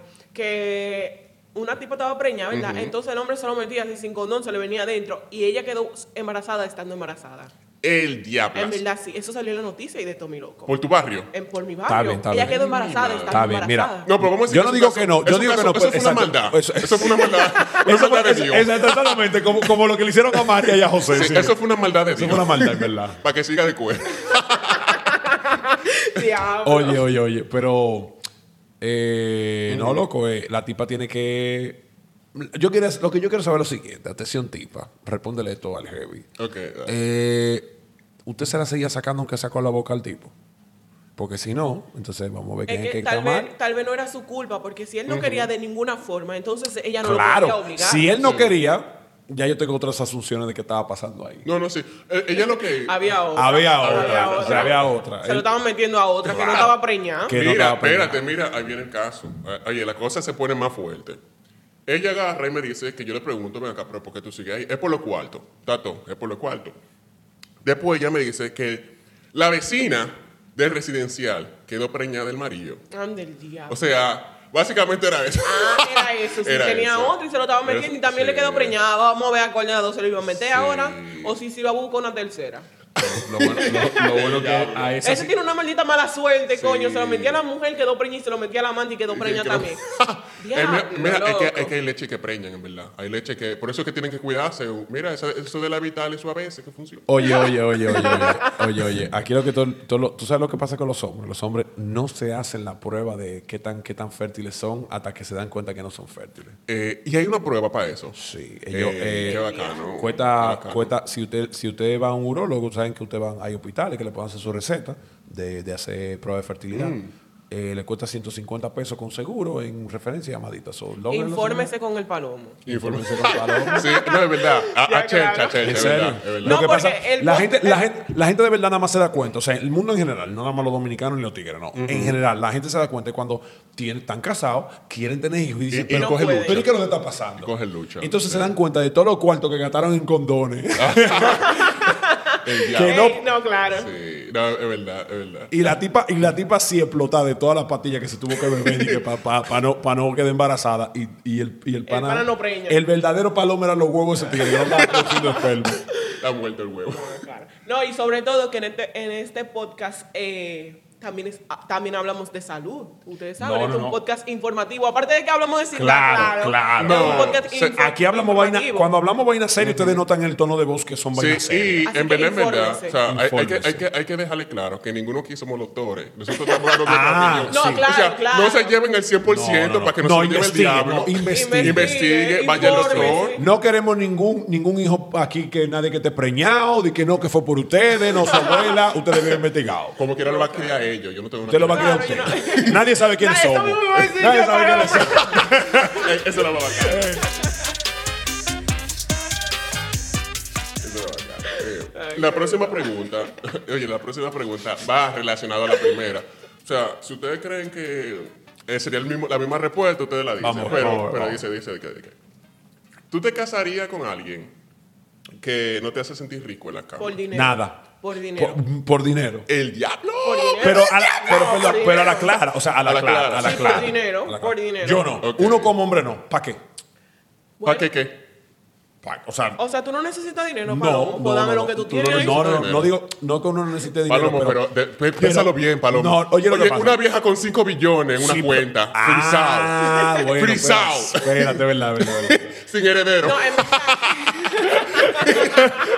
que una tipa estaba preñada, ¿verdad? Entonces el hombre se lo metía así sin condón, se le venía adentro y ella quedó embarazada estando embarazada.
El diablo.
En verdad, sí, eso salió en la noticia y de esto mi loco.
Por tu barrio.
En- por mi barrio.
Está bien, está
ella
bien.
quedó embarazada
Está
estando
bien, mira.
embarazada.
No, pero vamos a decir
Yo no
es un
digo
caso-
que no, yo
es un
digo que
caso-
no, pero-
Eso fue
exacto,
una maldad.
eso-
Eso, fue una maldad. una
Eso fue,
maldad de
eso-
Dios.
eso- exactamente, como, como lo que le hicieron a María y a José.
Sí,
sí.
Eso fue una maldad de
Eso
Dios.
fue una maldad, en verdad.
Para que siga de cuero.
Diablo.
Oye, oye, oye, pero. eh, No, loco, eh, la tipa tiene que. Yo quiero, lo que yo quiero saber es lo siguiente: atención, tipa, respóndele esto al heavy.
Ok.
Eh, ¿Usted se la seguía sacando aunque sacó la boca al tipo? Porque si no, entonces vamos a ver quién
Es
es
que
que
tal
está mal.
vez, tal vez no era su culpa, porque si él no quería de ninguna forma, entonces ella no lo
Claro,
podía obligar.
si él no quería, ya yo tengo otras asunciones de qué estaba pasando ahí.
No, no, sí. Eh, ella lo que.
Había otra.
Había otra, o sea, había otra. Eh,
Se lo
Él-
estaban metiendo a otra que no
Claro.
estaba preñada.
que no
mira,
estaba preñada.
espérate, mira, ahí viene el caso. Ah, Oye, la cosa se pone más fuerte. Ella agarra y me dice que yo le pregunto, ven acá, pero ¿por qué tú sigues ahí? Es por lo cuarto, Tato, es por lo cuarto. Después ella me dice que la vecina del residencial quedó preñada del marido.
Ande el diablo.
O sea, básicamente era eso.
Ah, era eso. Si
Era
tenía
eso.
otro y se lo estaba
Pero
metiendo y
eso-
también le
sí.
quedó preñada. Vamos a ver a cuál de las dos se lo iba a meter
Sí.
ahora. O si se iba a buscar una tercera.
Lo bueno, lo- lo bueno que a esa
Ese
sí-
tiene una maldita mala suerte,
Sí.
coño. Se lo metía a la mujer, quedó preña y se lo metía a la amante y quedó preña
que-
también.
Eh, mira,
Diablo,
mira, es,
loco.
que, es que hay leche que preñan, en verdad. Hay leche que. Por eso es que tienen que cuidarse. Mira, esa- eso, de la vital y su ABS que funciona.
Oye, oye, oye, oye, oye, oye, oye. Aquí lo que to- to- lo- tú sabes lo que pasa con los hombres. Los hombres no se hacen la prueba de qué tan, qué tan fértiles son hasta que se dan cuenta que no son fértiles.
Eh, y hay una prueba para eso.
Sí, ellos
Eh,
eh,
qué bacano, qué
cuesta,
bacano.
cuesta, si usted, si usted va a un
Mm.
urólogo, saben que usted van, hay hospitales que le pueden hacer su receta de, de hacer prueba de fertilidad. Eh, le cuesta 150 pesos con seguro en referencia llamadita. So, lógrenlo,
Infórmese con el palomo.
Infórmense
Infórmense
con Paloma.
Sí, no, es verdad. A,
Ya,
a Chelcha,
claro.
Chelcha,
En
es
serio.
verdad. es verdad.
Lo
No,
que pasa,
porque el-
la, gente, la, gente, la gente de verdad nada más se da cuenta, o sea, el mundo en general, no nada más los dominicanos ni los tigres, no. En general, la gente se da cuenta cuando tienen, están casados, quieren tener hijos y dicen,
Y- y
pero,
no pueden.
pero ¿y qué nos está pasando?
Y cogen lucha.
Entonces se dan cuenta de todos los cuartos que gastaron en condones
El
Que
diablo.
no-
Ey, no, claro.
Sí, no, es verdad, es verdad.
y la tipa y la tipa sí explotada de todas las pastillas que se tuvo que beber para no, pa no quedar embarazada y, y el, y el pana,
pana no preña.
el verdadero palomo eran los huevos de ese tigre, no andaba cogiendo enfermo.
La muerte el huevo.
Claro. No, y sobre todo que en este, en este podcast eh, también, es- ah, también hablamos de salud. Ustedes saben,
No,
este
no,
es un
no.
podcast informativo. Aparte de que hablamos de salud.
Claro, claro.
Es un podcast
Se-
info-
Aquí hablamos vaina.
informativo.
Cuando hablamos vaina seria, ustedes notan el tono de voz que son
Sí,
vaina seria.
y
Así
en
que
Belén, verdad,
infórmense.
o sea, hay, hay que, hay,
Infórmense.
que, hay que dejarle claro que ninguno aquí somos los doctores. Nosotros estamos dando
Ah,
nuestra opinión.
No,
o sea,
claro, claro.
no se lleven el 100% para que no, se lo lleve el
investiguen,
diablo.
No, investiguen.
Investiguen. Investigue, vaya al doctor.
infórmese.
No queremos ningún, ningún hijo aquí que nadie que esté preñado, de que no, que fue por ustedes, no su abuela, ustedes bien investigados.
Como quiera lo va a criar ellos. Yo no tengo una
Usted lo va a
cría.
criar
Claro,
usted.
yo
Nadie sabe quiénes
Nadie
somos.
sabe cómo decir
Nadie
yo,
sabe
pero-
quiénes somos.
Eh, Eso lo va a criar. Eso lo va a criar. Eh, La próxima pregunta, oye, la próxima pregunta va relacionada a la primera. O sea, si ustedes creen que eh, sería el mismo, la misma respuesta, ustedes la dicen.
Vamos, por
pero
favor,
pero
vamos.
dice, dice, de que- de que- ¿Tú te casarías con alguien que no te hace sentir rico en la cama?
Por dinero.
Nada.
Por dinero.
Por, por dinero.
¡El diablo!
Por dinero.
Pero a la, pero,
No,
perdón,
por
pero a la
dinero.
clara, o sea, a la,
A la
clara,
clara.
a la
Sí, por
clara.
dinero,
A la clara.
por dinero.
Yo no.
Ok.
Uno como hombre no. ¿Para qué?
¿Para qué qué?
Pa- o sea,
O sea, tú no necesitas dinero, Palomo. pues dame lo que tú tienes.
No,
ahí.
no, no,
dinero.
no digo, no que uno no necesite dinero.
Palomo, pero, de- pe- piénsalo bien, Palomo.
No, oye, lo que pasa.
una vieja con 5 billones en una
Sí, pero-
cuenta,
Ah,
frisado,
bueno.
frisado,
espérate, Espérate, verdad, verdad. verdad.
sin heredero.
No, en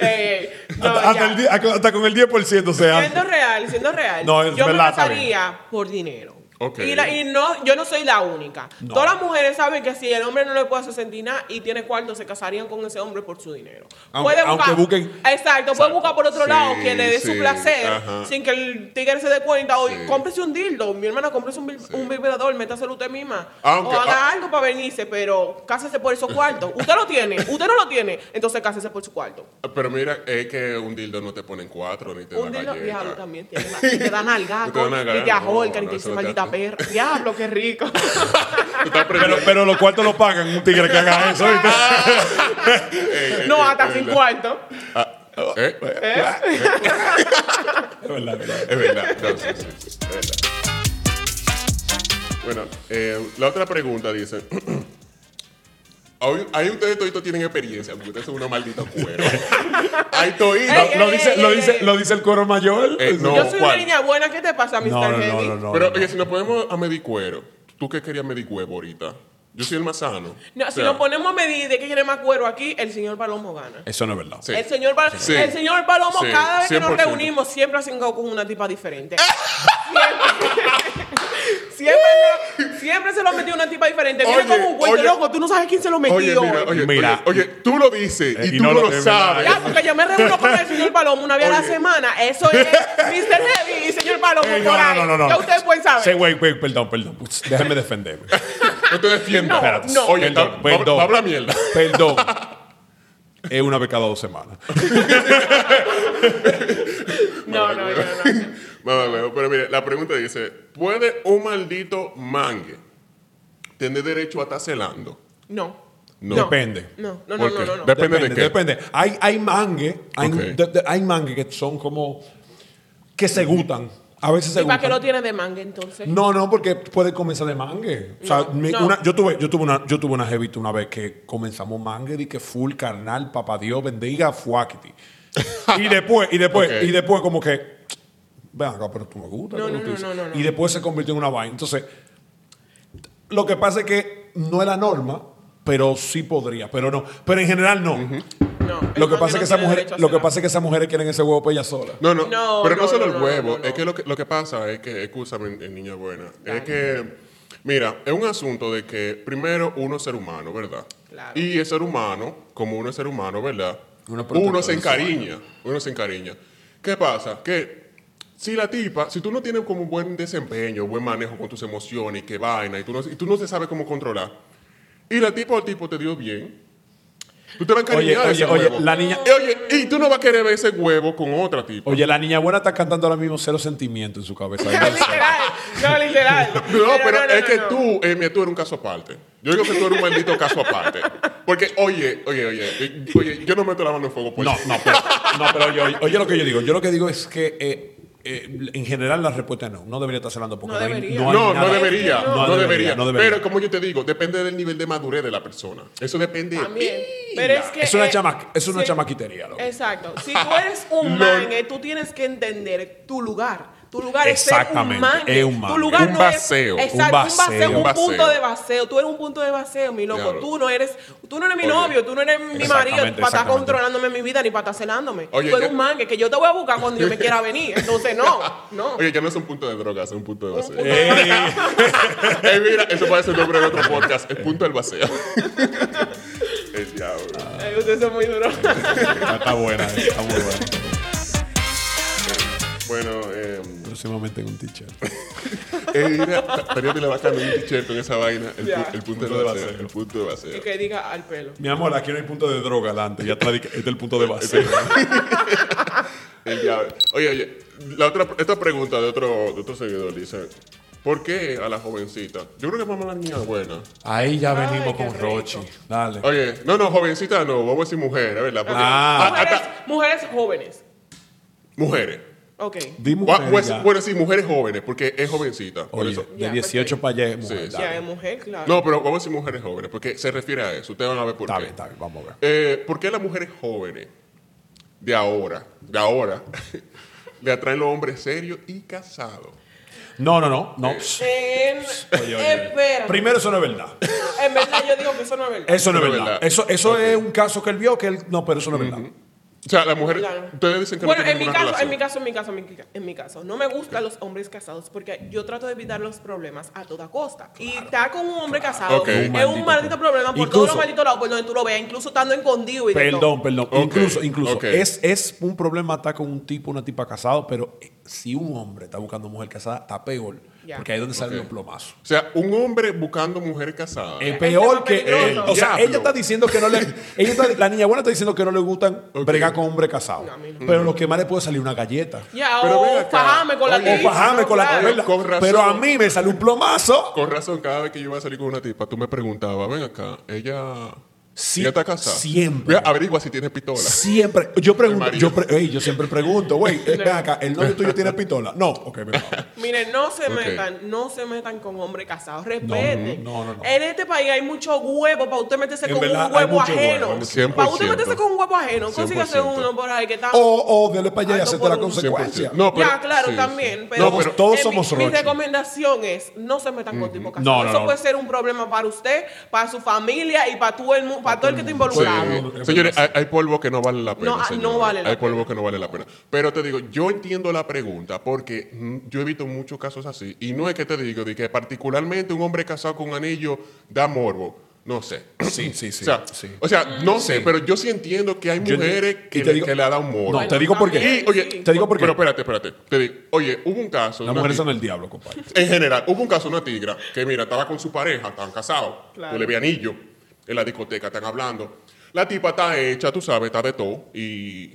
Eh, no,
hasta, hasta
ya.
el die- hasta con el 10% se hace.
Siendo real, siendo real.
No, es
yo me
verdad,
casaría por dinero.
Ok.
Y, la- y no, yo no soy la única.
No.
Todas las mujeres saben que si el hombre no le puede hacer sentir nada y tiene cuarto, se casarían con ese hombre por su dinero.
Aunque- aunque busquen-
Exacto, puede buscar por otro
Sí,
lado que le dé su
sí,
placer
ajá.
sin que el tigre se dé cuenta. O
Sí.
cómprese un dildo, mi hermana, cómprese un, vil- un vibrador, métaselo usted misma.
Aunque-
o haga
ah-
algo para venirse, pero cásese por esos cuartos. usted lo tiene, usted no lo tiene, entonces cásese por su cuarto.
Pero mira, es que un dildo no te ponen cuatro ni te
Un
da
dildo,
galleta.
diablo, también tiene la- y te dan al
Te dan nalgazo,
y te ahorcan,
no, no,
y
eso
te dicen
no te
maldita
hace.
perra. Diablo, qué rico.
Tú estás
Pero,
aprendiendo.
pero los cuartos lo pagan un tigre que haga eso. ¿viste?
Ah.
Ey, ey,
No,
ey,
hasta
es
sin
verdad.
cuarto.
¿Eh?
Es verdad, es verdad.
Es verdad. No, sí, sí, sí, es verdad. Bueno, eh, la otra pregunta dice. Ahí ahí ustedes toditos tienen experiencia, porque ustedes son unos malditos cueros. Ahí toditos.
Ey, ey,
Lo dice,
ey,
lo
ey,
dice,
ey.
lo dice el coro mayor.
Eh, no.
Yo soy una
¿cuál?
niña buena. ¿Qué te pasa, Mr.
No, no,
Heavy?
no, no, no,
Pero,
no,
oye,
no.
si nos ponemos a medir cuero, ¿tú qué querías medir huevo ahorita? Yo soy el más sano.
No,
O
si
sea,
nos ponemos a medir de qué quiere más cuero aquí, el señor Palomo gana.
Eso no es verdad.
Sí.
El señor, Pal-
Sí.
el señor Palomo,
Sí,
cada vez que nos
100%.
reunimos, siempre ha cingado con una tipa diferente. Siempre- siempre, siempre se lo metió una tipa diferente. Viene
Oye,
con un cuento
oye.
loco. Tú no sabes quién se lo metió.
Oye, mira, oye,
Mira.
oye, oye, tú lo dices
Eh,
y,
y
tú
no
no,
lo-
lo,
es
sabes.
verdad.
Ya, porque yo me reúno con el señor Palomo una vez a la
Oye.
semana. Eso es Mr. Heavy y señor Palomo
Ey,
por ahí. Ya ustedes pueden saber.
Sí, güey, güey, perdón, perdón. Ups, Déjame defenderme.
No te defiendas.
No,
Espérate.
no.
Oye,
Perdón,
ta-
perdón.
pa- habla mierda.
Perdón. Es una vez cada dos semanas.
No, no, no, no.
Mamá huevo, pero mire, la pregunta dice, ¿puede un maldito mangue tener derecho a estar celando?
No.
No.
Depende.
No, no, no,
¿Por
no,
qué?
no, no.
Dep- Depende de qué.
Depende. Hay, hay mangue, hay,
Ok.
de- de- hay mangue que son como que se gustan. A veces se
¿Y para qué
gustan.
lo tiene de manga entonces?
No, no, porque puede comenzar de mangue. O sea,
No,
mi-
no.
una- yo tuve, yo tuve una, yo tuve una jevita una vez que comenzamos mangue y que full carnal, papá Dios bendiga, fuáquiti. y después, y después,
Ok.
y después como que, vean acá, pero tú me gustas.
No,
¿qué
no,
tú
no,
dices?".
no, no, no.
Y después se convirtió en una vaina. Entonces, lo que pasa es que no es la norma, pero sí podría, pero no. Pero en general no.
No, el
Lo que
mangue
pasa es
no
que esas
tiene
mujeres,
derecho a
lo que
cenar.
pasa es que esas mujeres quieren ese huevo para ellas solas.
No, no,
No,
pero no,
no,
solo
no,
el
no,
huevo.
no, no.
Es que lo, que lo que pasa es que, escúchame, eh, niña buena,
Dale.
es que, mira, es un asunto de que primero uno es ser humano, ¿verdad?
Claro.
Y el ser humano, como uno es ser humano, ¿verdad?
Uno es protector
Uno se
de su
encariña, uno se encariña. ¿Qué pasa? Que Si la tipa, si tú no tienes como un buen desempeño, buen manejo con tus emociones y qué vaina, y tú no, y tú no te sabes cómo controlar, y la tipa o el tipo te dio bien, tú te vas a
Oye,
encariñar de
oye,
ese
oye,
huevo.
la niña,
Y, oye, y tú no vas a querer ver ese huevo con otra tipa.
oye, la niña buena está cantando ahora mismo cero sentimiento en su cabeza.
literal, no, literal.
No, pero, es que
no.
tú, eh, mira, tú eres un caso aparte. Yo digo que tú eres un maldito caso aparte. Porque, oye, oye, oye, eh, oye, yo no meto la mano en fuego por
No,
ti.
no, pero, no, pero yo- oye lo que yo digo. Yo lo que digo es que eh, eh, en general la respuesta es no. No debería estar celando porque
No
no, hay-
debería.
hay
No, no,
nada.
debería, no,
No
debería,
debería, no debería.
Pero como yo te digo, depende del nivel de madurez de la persona. Eso depende.
También.
pila.
Pero es que.
Es una,
eh,
chama- es una
sí.
chamaquitería. loco.
Exacto. Si tú eres un
Lo-
mangue, tú tienes que entender tu lugar. Tu lugar es ser un
Exactamente,
mangue.
es un mangue.
Tu lugar
Un
no
vaceo, un
es exacto, un vaceo, un,
vaceo.
Un vaceo.
punto de vaceo. Tú eres un punto de vaceo, mi loco.
Diablo.
Tú no eres tú no eres mi
Oye,
novio, tú no eres mi marido para
exactamente,
estar
exactamente.
controlándome mi vida ni para estar celándome.
Oye,
tú eres
ya-
un mangue que yo te voy a buscar cuando yo me quiera venir. Entonces, no, no.
Oye, ya no es un punto de droga, es un punto de
Un
vacío.
punto
eh.
de vaceo.
Eh, mira, eso puede ser el nombre de otro podcast. El punto del vacío. el diablo.
Ay, Ustedes son eh, muy duros.
Ah, Está buena, eh, está muy buena.
Bueno, eh,
Próximamente en un teacher.
eh, mira, estaría bacana un t-shirt con esa vaina. El, pu-
Ya.
el punto del vacío. El punto del vacío.
Y que diga al pelo.
Mi amor, aquí no hay punto de droga adelante. Ya te dije, este es el punto de base.
El diablo. Oye, oye, la otra, esta pregunta de otro, de otro seguidor dice: ¿Por qué a la jovencita? Yo creo que vamos a la niña buena.
Ahí ya
Ay,
venimos
qué
con
rico.
Rochi. Dale.
Oye, no, no, jovencita no, vamos a decir mujer, es verdad. Porque
Ah.
a-
Mujeres,
hasta-
mujeres jóvenes.
mujeres.
Ok.
Di
Voy a-
mujer
voy a decir-
ya.
pues, Bueno, sí, mujeres jóvenes, porque es jovencita. por
Oye,
eso.
de
Ya, pues,
18
perfecto.
para allá es mujer.
Sí, sí.
dale.
Ya es mujer, claro.
No, pero vamos a decir mujeres jóvenes, porque se refiere a eso. Ustedes van a ver por
Está
qué.
bien, está bien, vamos a ver.
Eh, ¿Por qué las mujeres jóvenes de ahora, de ahora, le atraen los hombres serios y casados?
No, no, no, no.
Eh, En-
Oye, oye.
Espera.
Primero, eso no es verdad.
En verdad, yo digo que eso no es
Eh,
verdad.
Eso no es
No es
verdad.
verdad.
Eso, eso
Ok.
es un caso que él vio que él. No, pero eso no es verdad.
O sea, las mujeres,
Claro.
ustedes dicen que
bueno,
no
en
tienen
mi,
ninguna
caso, en
relación.
mi caso, en mi caso, en mi ca- en mi caso, no me gustan los hombres casados porque yo trato de evitar los problemas a toda costa. Y estar con un hombre casado
Ok.
Un
es un
maldito
maldito problema por
Incluso-
todos los malditos lados por donde tú lo veas, incluso estando escondido y de
Perdón,
todo.
perdón.
Ok,
Incluso, incluso.
ok.
Es, es un problema estar con un tipo, una tipa casado, pero eh, si un hombre está buscando mujer casada, está peor.
Ya.
Porque ahí es donde salen
Ok.
los plomazos.
O sea, un hombre buscando mujer casada.
Es
más
peor que
peligroso.
él. O sea,
Diablo.
ella está diciendo que no le. ella está- la niña buena está diciendo que no le gustan
Ok.
bregar con hombre casado.
No, a mí no.
Pero lo que más le puede salir una galleta.
Ya,
Pero ven
o
acá.
fajame con la
Oye,
O
Sí,
tipa,
fajarme
no,
con la
claro.
novela.
Con razón.
Pero a mí me sale un plomazo.
Con razón, cada vez que yo iba a salir con una tipa, tú me preguntabas, ven acá, ella.
Sí,
ella está casada.
siempre.
Ve, averigua si tiene pistola.
Siempre. Yo pregunto.
marido.
Yo, pre- ey, yo siempre pregunto, güey, eh, ven acá, ¿el novio tuyo tiene pistola? No. Ok, me va.
Miren, no se
Ok.
metan, no se metan con hombres casados, respeten.
no, no, no.
En este país hay mucho huevo para usted meterse
En
con
verdad,
un
hay
huevo
mucho huevo,
ajeno.
hay
mucho huevo.
Para usted
100%.
meterse con un huevo ajeno, consígase
100%.
uno por ahí que está.
O, o dele para allá y
Alto
acepta la
por un-
100%.
consecuencia.
No, pero-
ya, claro,
sí, sí.
también. Pero,
No, pero-
Todos
eh, mi-
somos
Mi,
Rochi.
recomendación es no se metan con tipos casados.
No, no,
Eso
no.
puede ser un problema para usted, para su familia y para todo el mundo, para todo el que está
Sí.
involucrado.
Claro.
Señores, hay, hay polvo que no vale la pena.
No, ah,
señores.
no vale la
Hay polvo que no vale la pena. Pero te digo, yo entiendo la pregunta porque mm, yo he visto muchos casos así. Y no es que te digo de que particularmente un hombre casado con anillo da morbo. No sé.
Sí, sí, sí.
o, sea,
sí.
o sea, no sé, pero yo sí entiendo que hay
Yo enti-
mujeres
y
que,
te
le-
digo-
que le ha dado morbo.
No, te digo por qué.
Y, oye,
Sí.
Te digo por qué.
Pero espérate, espérate. Te digo, oye, hubo un caso.
Las
una
mujeres
ti-
son el diablo, compadre.
En general, hubo un caso, una tigra, que mira, estaba con su pareja, estaban casados,
Claro.
tú le vi anillo, en la discoteca están hablando. La tipa está hecha, tú sabes, está de todo, y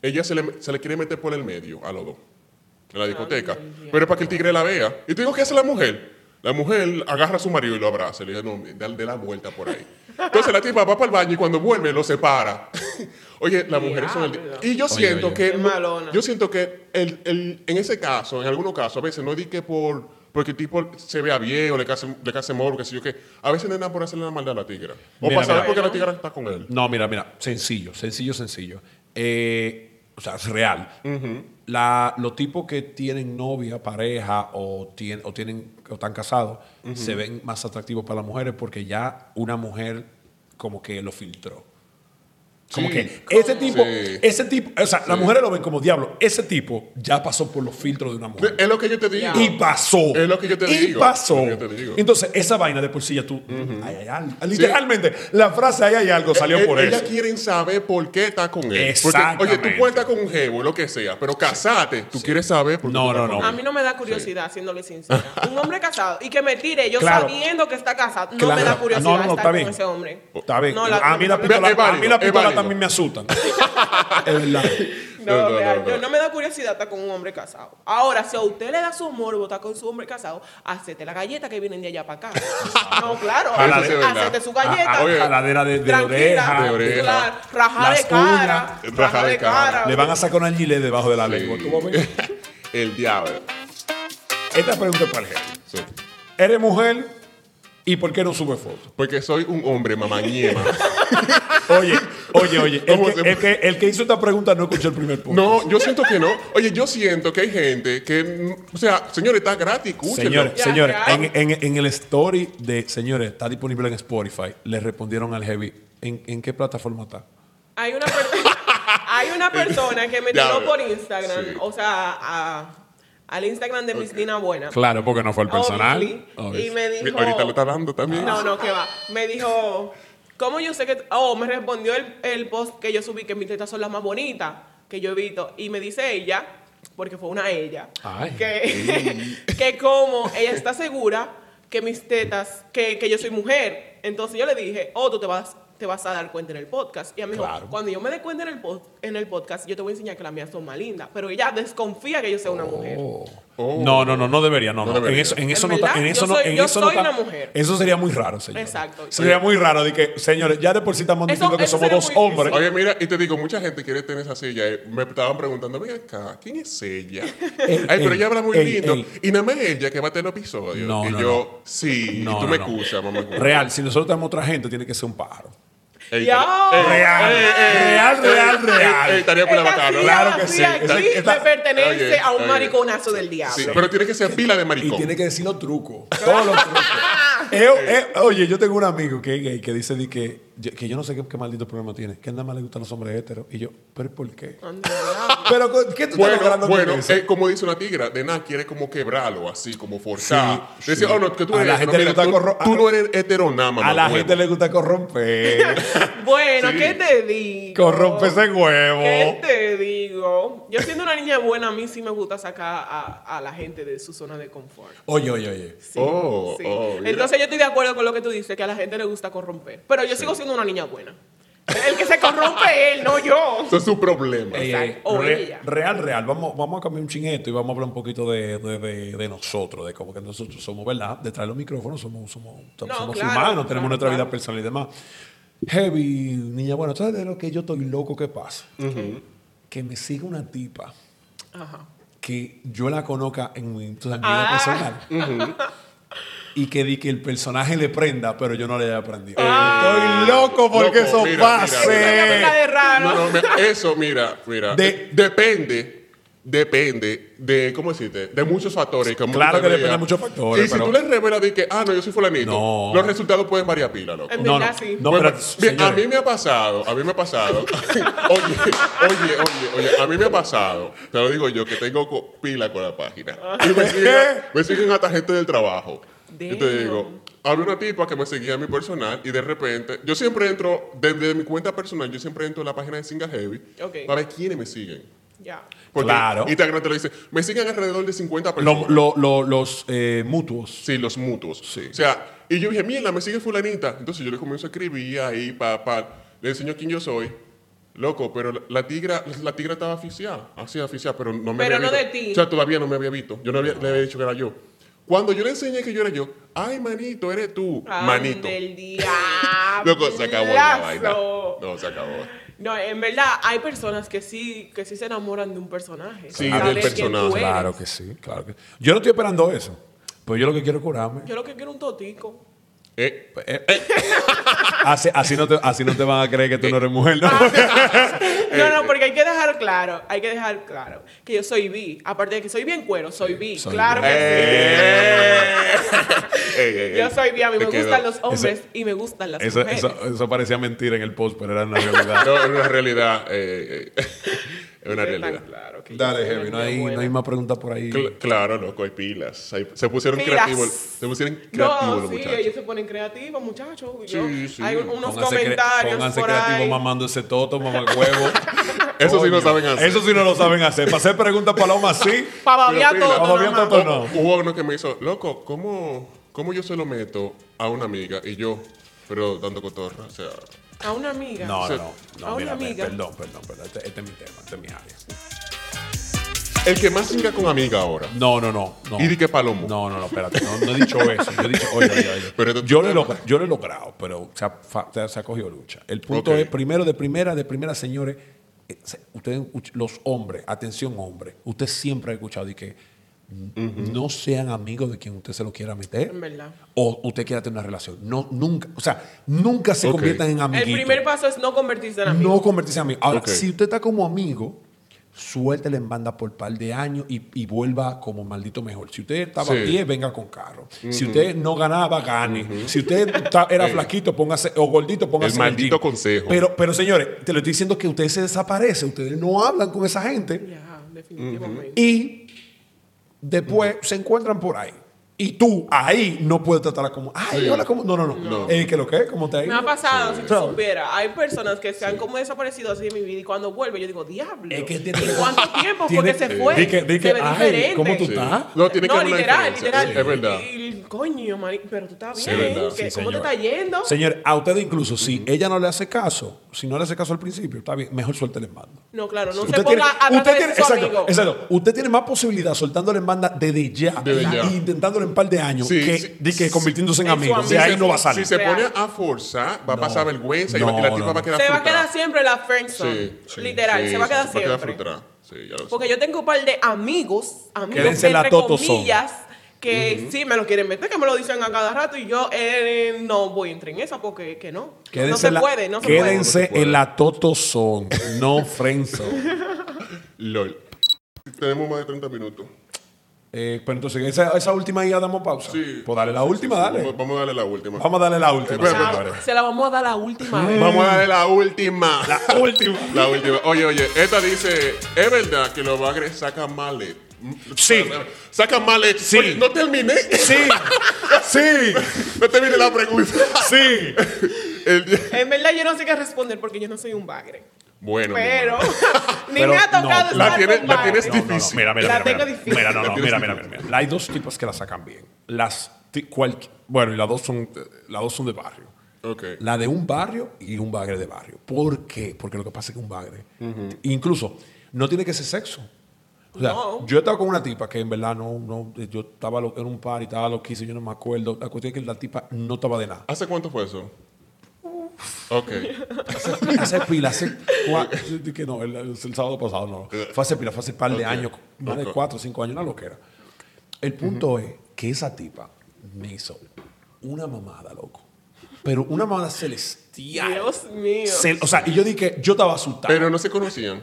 ella se le, se le quiere meter por el medio a los dos, en la discoteca. Pero es para que el tigre la vea. Y te digo, ¿qué hace la mujer? La mujer agarra a su marido y lo abraza, le dice, no, dale dale la vuelta por ahí. Entonces la tipa va para el baño y cuando vuelve lo separa. Oye, las mujeres son el... di-
Diablo.
Y yo siento
oye.
que...
Qué
no-
malona.
yo siento que el, el- en ese caso, en algunos casos, a veces no di que por porque el tipo se vea bien o le case, le case morbo, qué sé yo qué. A veces no es nada por hacerle la maldad a la tigra. O
Mira,
para saber
mira.
por qué la tigra está con él.
No, mira, mira, sencillo, sencillo, sencillo. Eh, o sea, es real. La- los tipos que tienen novia, pareja o, tienen o, tienen, o están casados se ven más atractivos para las mujeres porque ya una mujer como que lo filtró. Como
Sí.
que ese tipo,
Sí.
ese tipo, o sea, las mujeres lo ven como diablo. Ese tipo ya pasó por los filtros de una mujer.
Es lo que yo te digo.
Y pasó.
Es lo que yo te
y
digo.
pasó.
Es lo que yo te digo.
Entonces, esa vaina de por sí ya tú. "Ay, hay algo". Literalmente, la frase ahí hay algo salió
Eh,
por
ellas
eso.
quieren saber por qué está con él. Porque, oye,
Exactamente.
tú puedes estar con un jevo, lo que sea, pero casate. Tú quieres saber por qué.
No,
tú
no,
estás
no.
con
A
él.
mí no me da curiosidad, siéndole sincera. Un hombre casado y que me tire yo
Claro.
sabiendo que está casado, no me
Claro.
da curiosidad
No, no, no,
estar
está
con
bien.
ese hombre.
Está bien. Ah,
No,
a mí las
no,
pistolas
es válido,
a mí las
es
pistolas
válido.
también me asustan. es verdad.
No,
No, no,
real,
no,
yo
no.
no me da curiosidad estar con un hombre casado. Ahora, si a usted le da su morbo estar con su hombre casado, hacete la galleta que vienen de allá para acá. no, claro.
Ah,
Eso sí es
hacete
verdad.
su galleta.
A- a-
Oye,
jaladera de, de
tranquila,
oreja.
Ah, de oreja.
claro, Rajá
Las
de cara.
uñas.
Rajá
Rajá
de
de cara.
Le van a sacar una gilet debajo de la lengua.
Sí.
¿Cómo ven?
El diablo.
Esta pregunta es para el jefe.
Sí.
¿Eres mujer y por qué no sube fotos?
Porque soy un hombre mamañema.
Oye, oye, oye. El
¿Cómo
que,
se-
el que- el que hizo esta pregunta no escuchó el primer punto.
no, yo siento que no. Oye, yo siento que hay gente que. mm, O sea, señores, está gratis. Escúchenlo.
Señores,
Ya,
señores,
ya.
en, en- en el story de señores, está disponible en Spotify. Le respondieron al Heavy. ¿En, en qué plataforma está?
Hay una, per- hay una persona que me
Ya,
tiró
ve.
por Instagram,
Sí.
o sea, a- al Instagram de Miss Dina Buena.
Claro, porque no fue el
Obviously. Y me
Eh,
dijo.
Ahorita lo está dando también.
No, no, que va. Me dijo, ¿cómo yo sé que.? Oh, me respondió el, el post que yo subí que mis tetas son las más bonitas que yo he visto. Y me dice ella, porque fue una ella,
Ay.
que, que como ella está segura que mis tetas, que, que yo soy mujer. Entonces yo le dije, oh, tú te vas te vas a dar cuenta en el podcast. Y ella me dijo,
Claro.
cuando yo me dé cuenta en el, pod- en el podcast, yo te voy a enseñar que las mías son más lindas. Pero ella desconfía que yo sea una mujer.
Oh.
No, no, no, no debería, no, no. En
debería.
eso, en
En
eso no
verdad,
está, en
yo
eso no,
soy-
en
yo
eso no
soy
está-
una mujer.
Eso sería muy raro, señor.
Exacto.
Sería muy raro de que, señores, ya de por sí estamos
Eso-
diciendo que
eso
somos
sería
dos
muy
hombres.
Oye, mira, y te digo, mucha gente quiere tener esa silla. eh. Me estaban preguntando, ven acá, ¿quién es ella?
Ey,
Ay, pero
ey,
ella habla muy
ey,
lindo.
ey.
Y nada más ella que va a tener episodios.
No,
y
no,
yo, sí,
No,
y tú
no,
me
no.
escuchas, mamá.
Real, si nosotros tenemos otra gente, tiene que ser un pájaro.
Ey,
Ya.
estaría- ey,
Real,
ey, ey,
real,
ey,
real,
ey,
real.
ey, Estaría por la
Esta
bacana.
tía,
Claro
la
que sí.
tía Aquí
Esa- esta-
me pertenece
Oye,
a un
oye.
mariconazo del diablo.
Sí, pero tiene que ser pila de
Y
maricón.
tiene que decir los trucos. Todos los trucos. Eh, eh, oye, yo tengo un amigo que es gay que dice di que, yo- que yo no sé qué, qué maldito problema tiene. Que nada más le gustan los hombres heteros. Y yo, ¿pero por qué?
Anda, diablo.
¿Pero con- qué tú estás
Bueno,
logrando con
bueno,
eso?
eh, como dice una tigra, de nada quiere como quebrarlo, así, como forzar.
Sí,
Decir,
sí.
oh, no, que tú
A
eres
la
hetero,
gente le
mira,
gusta corro-
tú, tú no eres heteronama.
A la gente le gusta corromper.
Bueno,
Sí.
¿qué te digo?
Corrompe ese huevo.
¿Qué te digo? Yo siendo una niña buena, a mí sí me gusta sacar a, a la gente de su zona de confort.
Oye, oye, oye.
Sí,
Oh,
sí.
oh, mira.
Entonces yo estoy de acuerdo con lo que tú dices, que a la gente le gusta corromper. Pero yo sigo siendo una niña buena. El que se corrompe es él, no yo.
Eso es su problema.
Ey,
Exacto.
ey,
O
re-
ella.
Real, real. Vamos, vamos a cambiar un chingueto y vamos a hablar un poquito de, de- de- de nosotros, de cómo que nosotros somos, ¿verdad? Detrás de los micrófonos somos, somos, somos
No,
humanos, tenemos
claro, claro,
nuestra vida
claro.
personal y demás. Heavy, niña, bueno, ¿sabes de lo que yo estoy loco que pasa? Que me siga una tipa
Ajá.
que yo la conozca en mi, tú sabes, mi
Ah.
vida personal. Y que di que el personaje le prenda, pero yo no le haya aprendido. Estoy loco porque
Loco,
eso
mira,
pase.
mira,
Esa boca de raro.
Eh, No, no, mira, eso, mira, mira. eh,
De-
depende, depende de, ¿cómo decirte? De muchos factores. como
Claro
tú
que
te
depende
veas.
de muchos factores,
Y
pero-
si tú le revelas de que, ah, no, yo soy fulanito,
No.
los resultados pueden variar pila, loco.
En
No, no,
verdad, sí.
no,
Bueno,
pero,
bien, a
señores.
mí me ha pasado, a mí me ha pasado. oye, oye, oye, oye, a mí me ha pasado. Te lo digo yo, que tengo co- pila con la página. Y me siguen, me siguen hasta gente del trabajo. Y te
Damn.
digo, había una tipa que me seguía a mi personal y de repente, yo siempre entro, desde mi cuenta personal, yo siempre entro en la página de Single Heavy
Ok.
para ver quiénes me siguen.
Ya.
Claro.
Instagram te lo dice, me siguen alrededor de 50 personas.
Lo- lo- lo- los eh, mutuos.
Sí, los mutuos.
Sí.
O sea, y yo dije, mierda, me sigue fulanita. Entonces yo le comienzo a escribir ahí, pa, pa, le enseño quién yo soy. Loco, pero la- la tigra, la tigra estaba asfixiada, así asfixiada, pero no me
Pero
había
no
visto.
de ti.
O sea, todavía no me había visto. Yo no había- le había dicho que era yo. Cuando yo le enseñé que yo era yo, ay, manito, eres tú, manito.
Ah, Del diablo.
Loco, se acabó la vaina. No, se acabó.
No, en verdad hay personas que sí, que sí se enamoran de un personaje.
Sí,
Saber
del
quién
personaje.
tú eres.
Claro que sí, claro que Yo no estoy esperando eso. Pues yo lo que quiero es curarme.
Yo lo que quiero es un totico.
Eh,
Ah,
Eh, eh. así, así no te, así no te van a creer que tú no eres mujer, ¿no?
No, no, porque hay que dejar claro, hay que dejar claro que yo soy bi. Aparte de que soy bien cuero, soy bi.
soy
claro
bi.
eh,
Eh.
que sí. Yo soy bi, a mí me
Te quedó.
gustan los hombres
Esa-
y me gustan las
Eso,
mujeres.
eso- eso parecía mentira en el post, pero era una realidad.
No, es una realidad. eh, eh, es una
Está
realidad.
Claro que yo
Dale,
soy
Heavy, no
una
hay,
buena.
no hay más preguntas por ahí.
Cl- claro, loco, hay pilas. Hay- se pusieron
Pilas.
creativos. Se pusieron creativos
No,
los
sí,
muchachos.
ellos se ponen creativos, muchachos. Yo-
Sí, sí.
Hay unos
cre-
comentarios
pónganse
por
creativos
ahí.
mamando ese toto, mamá huevo.
Eso sí no saben hacer.
Eso sí no lo saben hacer. Para hacer preguntas paloma, sí.
Para
Pero
babear
pila.
todo.
Para babear
nada más.
todo. no.
Hubo uno que me hizo, loco, ¿cómo, ¿cómo yo se lo meto a una amiga y yo, pero dando cotorra? O sea,
A una amiga.
No, no, no.
A
no
una
mira, pe-
amiga.
perdón, perdón, perdón. Este, este es mi tema, este es mi área.
el que más singa con amiga ahora.
No, no, no. no.
Y di que palomo.
No, no, no, espérate. No, no he dicho eso. Yo he dicho, oye, oye, oye.
Pero esto-
yo, lo he logra- yo lo he logrado, pero se ha, fa- se ha- se ha cogido lucha. El punto
Ok.
es, primero, de primera, de primera, señores, eh, se- ustedes, uch- los hombres, atención hombres, usted siempre ha escuchado y que no sean amigos de quien usted se lo quiera meter.
En verdad.
O usted quiera tener una relación. No, nunca, o sea, nunca se
Ok.
conviertan en amiguitos.
El primer paso es no convertirse en amigo.
No convertirse en amigo. Ahora,
Ok.
si usted está como amigo, suéltele en banda por par de años y, y vuelva como maldito mejor. Si usted estaba
Sí.
a pie, venga con carro. Si usted no ganaba, gane. Si usted ta- era flaquito, póngase, o gordito, póngase.
El
en
maldito
gym.
consejo.
Pero, pero señores, te lo estoy diciendo que ustedes se desaparecen, ustedes no hablan con esa gente
Ya, definitivamente.
y después se encuentran por ahí. Y tú ahí no puedes tratarla como, ay,
Sí.
hola, ¿cómo? No, no, no.
No.
Eh, ¿Qué lo que? ¿Cómo te ha
Me
ido?
ha pasado, si tú
¿Sabes?
supieras. Hay personas que se han como desaparecido así de mi vida y cuando vuelve yo digo, diablo.
Es que tiene
¿Y
que-
cuánto tiempo fue
tiene-
que se fue?
Di que- di que,
se ve
"Ay,
diferente.
¿cómo tú
Sí.
estás?
No, tiene que
no,
haber una
literal,
diferencia.
literal.
Es verdad.
Y, y- coño, mari- pero tú estás
Sí,
bien.
es verdad.
¿Qué-
Sí,
¿Cómo te
señor.
está yendo?
Señor, a usted incluso, si ella no le hace caso, si no le hace caso al principio, está bien, mejor suéltele en banda.
No, claro, no se
Usted tiene,
ponga a
usted
tratar
tiene-
de su
exacto,
amigo.
exacto. Usted tiene más posibilidad soltándole en banda desde ya,
Desde ya.
y intentándole en un par de años
Sí,
que,
sí,
de que
sí.
convirtiéndose en
En su
amigos.
amigo.
De ahí
se-
no va a salir.
Si se
Real.
pone a forzar, va a
No.
pasar vergüenza y va- y la
No,
tipa
no,
va a quedar
Se va
frustrada.
a quedar siempre en la friendzone.
Sí, sí,
literal,
sí,
se va a
sí,
quedar
Se va a
siempre.
quedar frustrada. Sí, ya lo sé.
Porque yo tengo un par de amigos, amigos
Quédense
entre
la Toto Zone.
comillas, que sí me lo quieren meter, que me lo dicen a cada rato y yo eh, no voy a entrar en esa porque que no. no
Quédense,
se
en la-
puede, no se
quédense
puede. No se puede.
en la Toto Zone, no friendzone.
LOL. Tenemos más de 30 minutos.
Eh, pero entonces, esa, esa última ya damos pausa.
Sí.
Pues dale la última,
Sí,
dale.
Vamos, vamos a darle la última.
Vamos a darle la última.
Espera,
puede.
señores.
Se la- Se la vamos a dar la última vez.
Vamos a darle la
Mm.
última. La
última.
La última. Oye, oye, esta dice, es verdad que los bagres sacan male.
Sí.
Sacan male.
Sí.
Oye, no terminé.
Sí, sí,
No terminé la pregunta.
sí.
El-
En verdad yo no sé qué responder porque yo no soy un bagre.
bueno. mi
Pero
madre.
ni
Pero
me ha
no,
tocado estar
la tiene-
con
la
bagre.
tienes
No, no, no,
difícil.
Mira, mira,
La
mira,
tengo
mira.
difícil.
Mira, no, no,
La tienes
mira, mira, mira, mira. Hay dos tipos que la sacan bien. Las ti- cual- bueno, y las dos son eh, las dos son de barrio.
Ok.
La de un barrio y un bagre de barrio. ¿Por qué? Porque lo que pasa es que un bagre, incluso, no tiene que ser sexo. O sea,
No.
yo estaba con una tipa que en verdad no, no, eh, yo estaba lo- en un par y estaba loquísimo, yo no me acuerdo. La cuestión es que la tipa no estaba de nada.
¿Hace cuánto fue eso? Ok.
hace pila, hace cua- de que no, el, el sábado pasado no. Fue hace pila, fue hace par de
Ok.
años, más de
Ok.
cuatro o cinco años, una loquera. El punto es que esa tipa me hizo una mamada, loco. Pero una mamada celestial.
Dios mío.
Cel- o sea, y yo dije, yo estaba asustado.
Pero no se conocían.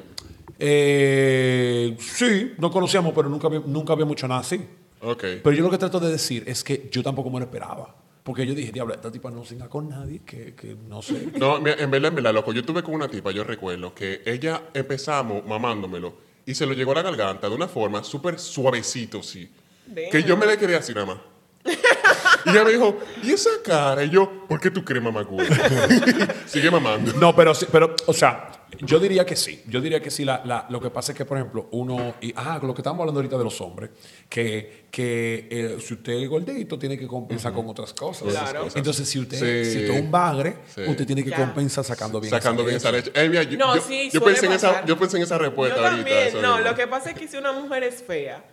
Eh, sí, no conocíamos, pero nunca, había- nunca había mucho nada así.
Ok.
Pero yo lo que trato de decir es que yo tampoco me lo esperaba. Porque yo dije, diablo, esta tipa no singa con nadie, que, que no sé.
No, mira, en verdad, en verdad, loco. Yo estuve con una tipa, yo recuerdo que ella empezamos mamándomelo y se lo llegó a la garganta de una forma súper suavecito, sí.
Damn.
Que yo me le quería así nada más. y ella me dijo, ¿y esa cara? Y yo, ¿por qué tú crees mamá culo?" Sigue mamando.
No, pero, sí- pero, o sea, yo diría que sí. Yo diría que sí. La, la- lo que pasa es que, por ejemplo, uno. Y, ah, con lo que estamos hablando ahorita de los hombres, que, que eh, si usted es gordito, tiene que compensar con otras cosas.
Claro.
Esas cosas. Entonces, si usted,
Sí.
si usted es un bagre,
Sí.
usted tiene que
Ya.
compensar sacando bien.
Sacando bien esa leche. Eh, mira, yo,
No,
yo-
sí,
yo
suele
pensé en esa,
pasar.
yo pensé en esa respuesta
Yo
ahorita.
también,
eso
no,
mismo.
lo que pasa es que si una mujer es fea,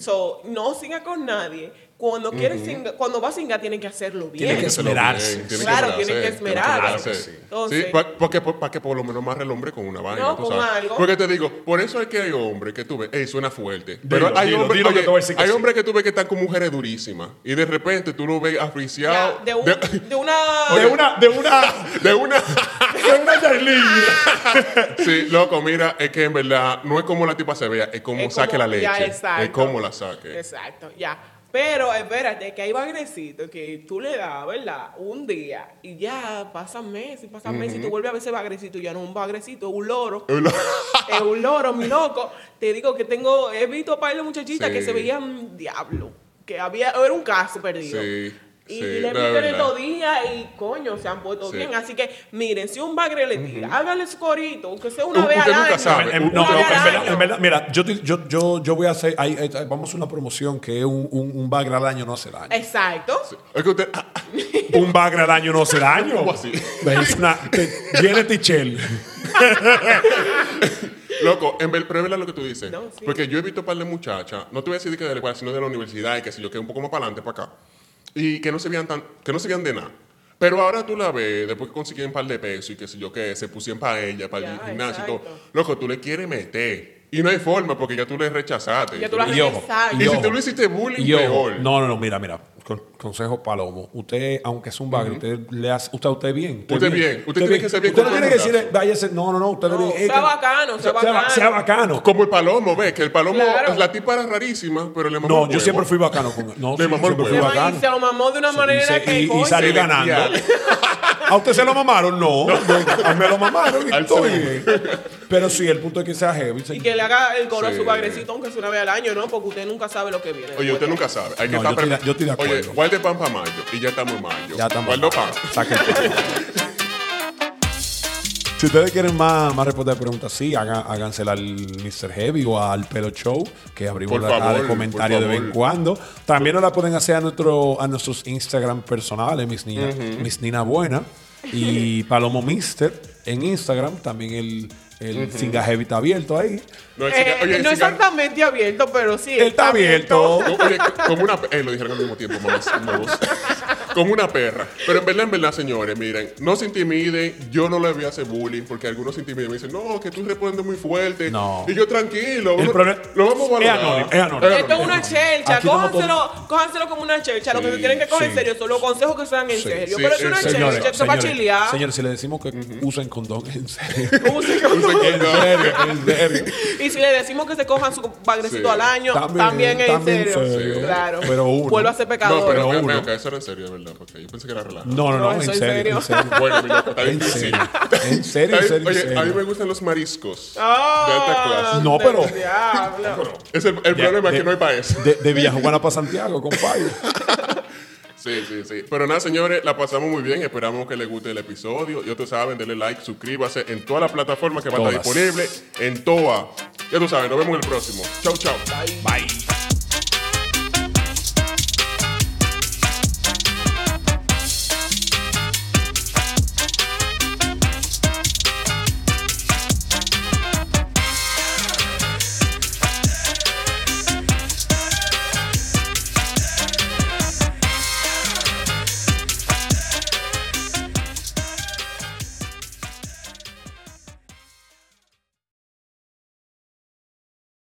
so, no singa con nadie. Cuando quiere singa- cuando va a singar tiene que hacerlo bien.
Tiene que
hacerlo bien,
esmerarse.
tiene que
Claro,
esmerarse,
tiene que
tiene
esmerarse.
esmerarse.
Entonces-
sí, pa- porque para que por lo menos marre el hombre con una vaina,
No,
tú
con
sabes.
algo.
Porque te digo, por eso es que hay hombres que tú ves, ey, suena fuerte,
Dilo,
pero hay
dilo,
hombres,
dilo que
oye,
te voy a decir que
hay
sí.
hombres que tú ves que están con mujeres durísimas y de repente tú lo ves
Ya,
africiado
de, un-
de,
de una.
De una, de una.
de una Soy una Yailin. sí, loco, mira, es que en verdad no es como la tipa se vea, es como
Es
saque
como-
la leche.
ya, exacto.
Es como la saque.
Exacto, ya. Pero espérate, que hay bagrecitos que tú le das, ¿verdad? Un día y ya pasan meses, pasan meses y tú vuelves a ver ese bagrecito y ya no es un bagrecito, es un loro.
Es lo-
es un loro, mi loco. Te digo que tengo, he visto para de muchachitas
Sí.
que se veían diablo, que había, era un caso perdido.
Sí,
Y
sí,
le
no, es
visto en
verdad.
estos días y coño, se han puesto
Sí.
bien. Así que miren, si un bagre le tira, hágale su corito, aunque sea una
U-
vez
usted
al
nunca
año.
sabe.
En- en-
Una
no, pero
vez
en
al
verdad,
año.
en verdad, mira, yo, te- yo, yo, yo voy a hacer, ahí- ahí- vamos a hacer una promoción que es un, un, un bagre al año no hace daño.
Exacto.
Es que usted. ah,
un bagre al año no hace daño.
¿Cómo así?
Es una- te- viene Tichel.
Loco, en ver, pero es verdad lo que tú dices.
No, sí.
Porque yo he visto un par de muchachas, no te voy a decir que de la escuela, sino de la universidad y que si yo, que un poco más para adelante, para acá. Y que no se vean tan, que no se vean de nada. Pero ahora tú la ves, después que consiguieron un par de pesos y que si yo que se pusieron para ella, para el
Ya,
gimnasio y todo.
exacto.
Loco, tú le quieres meter. Y no hay forma porque ya tú le rechazaste.
Ya tú la
Y ojo,
regresaste.
Y si
ojo,
tú lo hiciste bullying,
y ojo.
peor.
No, no, no, mira, mira. Con- consejo palomo. Usted, aunque es un bagre, usted le hace. Usted, usted bien.
Usted bien. Usted tiene que ser bien
Usted
con
no tiene
todo
que
el
decirle, váyase. No, no, no. Usted le
No,
dice,
sea
que-
bacano, sea bacano.
Sea bacano.
Como el palomo, ves, que el palomo,
Claro.
la tipa era rarísima, pero le mamó
No,
el
yo
huevo.
siempre fui bacano con él. No,
Le
sí,
mamó el
siempre fui
huevo.
Se ma-
bacano.
y se lo mamó de una manera
y,
que
y- y
coño.
salí ganando.
Celestial.
¿A usted se lo mamaron? No. yo- a mí me lo mamaron y
Al
estoy
segundo.
bien. Pero sí, el punto es que sea heavy.
y
señor.
que le haga el coro a
Sí.
su bagrecito, aunque sea una vez al año, ¿no? Porque usted nunca sabe lo que viene.
Oye,
después.
usted nunca sabe. Hay que
No,
estar
yo estoy de-
pre-
yo estoy de
Oye,
acuerdo.
guarde pan para mayo. Y ya estamos en mayo.
Ya estamos.
Guardo pan.
Saca el- Si ustedes quieren más, más respuestas de preguntas, sí, haga- hágansela al Mr. Heavy o al Pelo Show, que abrimos
Por
la caja
favor,
de
por
comentarios de vez en
favor.
cuando. También nos la pueden hacer a, nuestro, a nuestros Instagram personales, Miss Nina, Miss Nina Buena y Palomo Mister en Instagram. También el, el Singa Heavy está abierto ahí.
No, el
Eh,
cigarro- oye, el
no
cigarro-
exactamente abierto, pero sí.
Él está abierto.
No, oye, como una eh, lo dijeron al mismo tiempo, mamás, mamás. Como una perra. Pero en verdad, en verdad, señores, miren, no se intimiden. Yo no les voy a hacer bullying porque algunos se intimidan y me dicen, no, que tú respondes muy fuerte.
No.
Y yo tranquilo.
El
uno-
problema-
lo vamos a
es
valorar.
anónimo, es anónimo.
Esto es una chelcha,
Aquí estamos
cójanselo, cójanselo como una chelcha. lo que
Sí,
se tienen que coger
sí.
en serio son los consejos que se dan en
Sí,
serio.
sí,
pero es una
sí,
chelcha,
Señores,
esto es para
señores,
chilear.
señores, si le decimos que usen condón, en serio.
Usen condón.
Usen
en
condón.
serio, en serio.
Y si le decimos que se cojan su bagrecito
Sí.
al año,
También,
también, es
también
en serio.
serio. Sí.
Claro.
Pero uno.
Vuelva a ser pecador.
No, pero
Pero
ven, ven
uno.
acá, eso era en serio, de verdad, porque yo pensé que era relajo.
No, no, no,
No,
en
eso en
serio, en
serio.
serio.
Bueno, mi loco, está
En
difícil.
serio, en serio, en
Ay,
serio. en
Oye, a mí
serio.
me gustan los mariscos.
Ah,
No,
del
pero-
diablo.
Es el, el
Ya,
problema es
de-
que no hay para eso.
De, de Villajuana para Santiago, compadre.
Sí, sí, sí. Pero nada, señores, la pasamos muy bien. Esperamos que les guste el episodio. Ya tú saben, denle like, suscríbase en todas las plataformas que va a estar
Todas.
disponible. En todas. Ya tú saben, nos vemos en el próximo. Chau, chau.
Bye.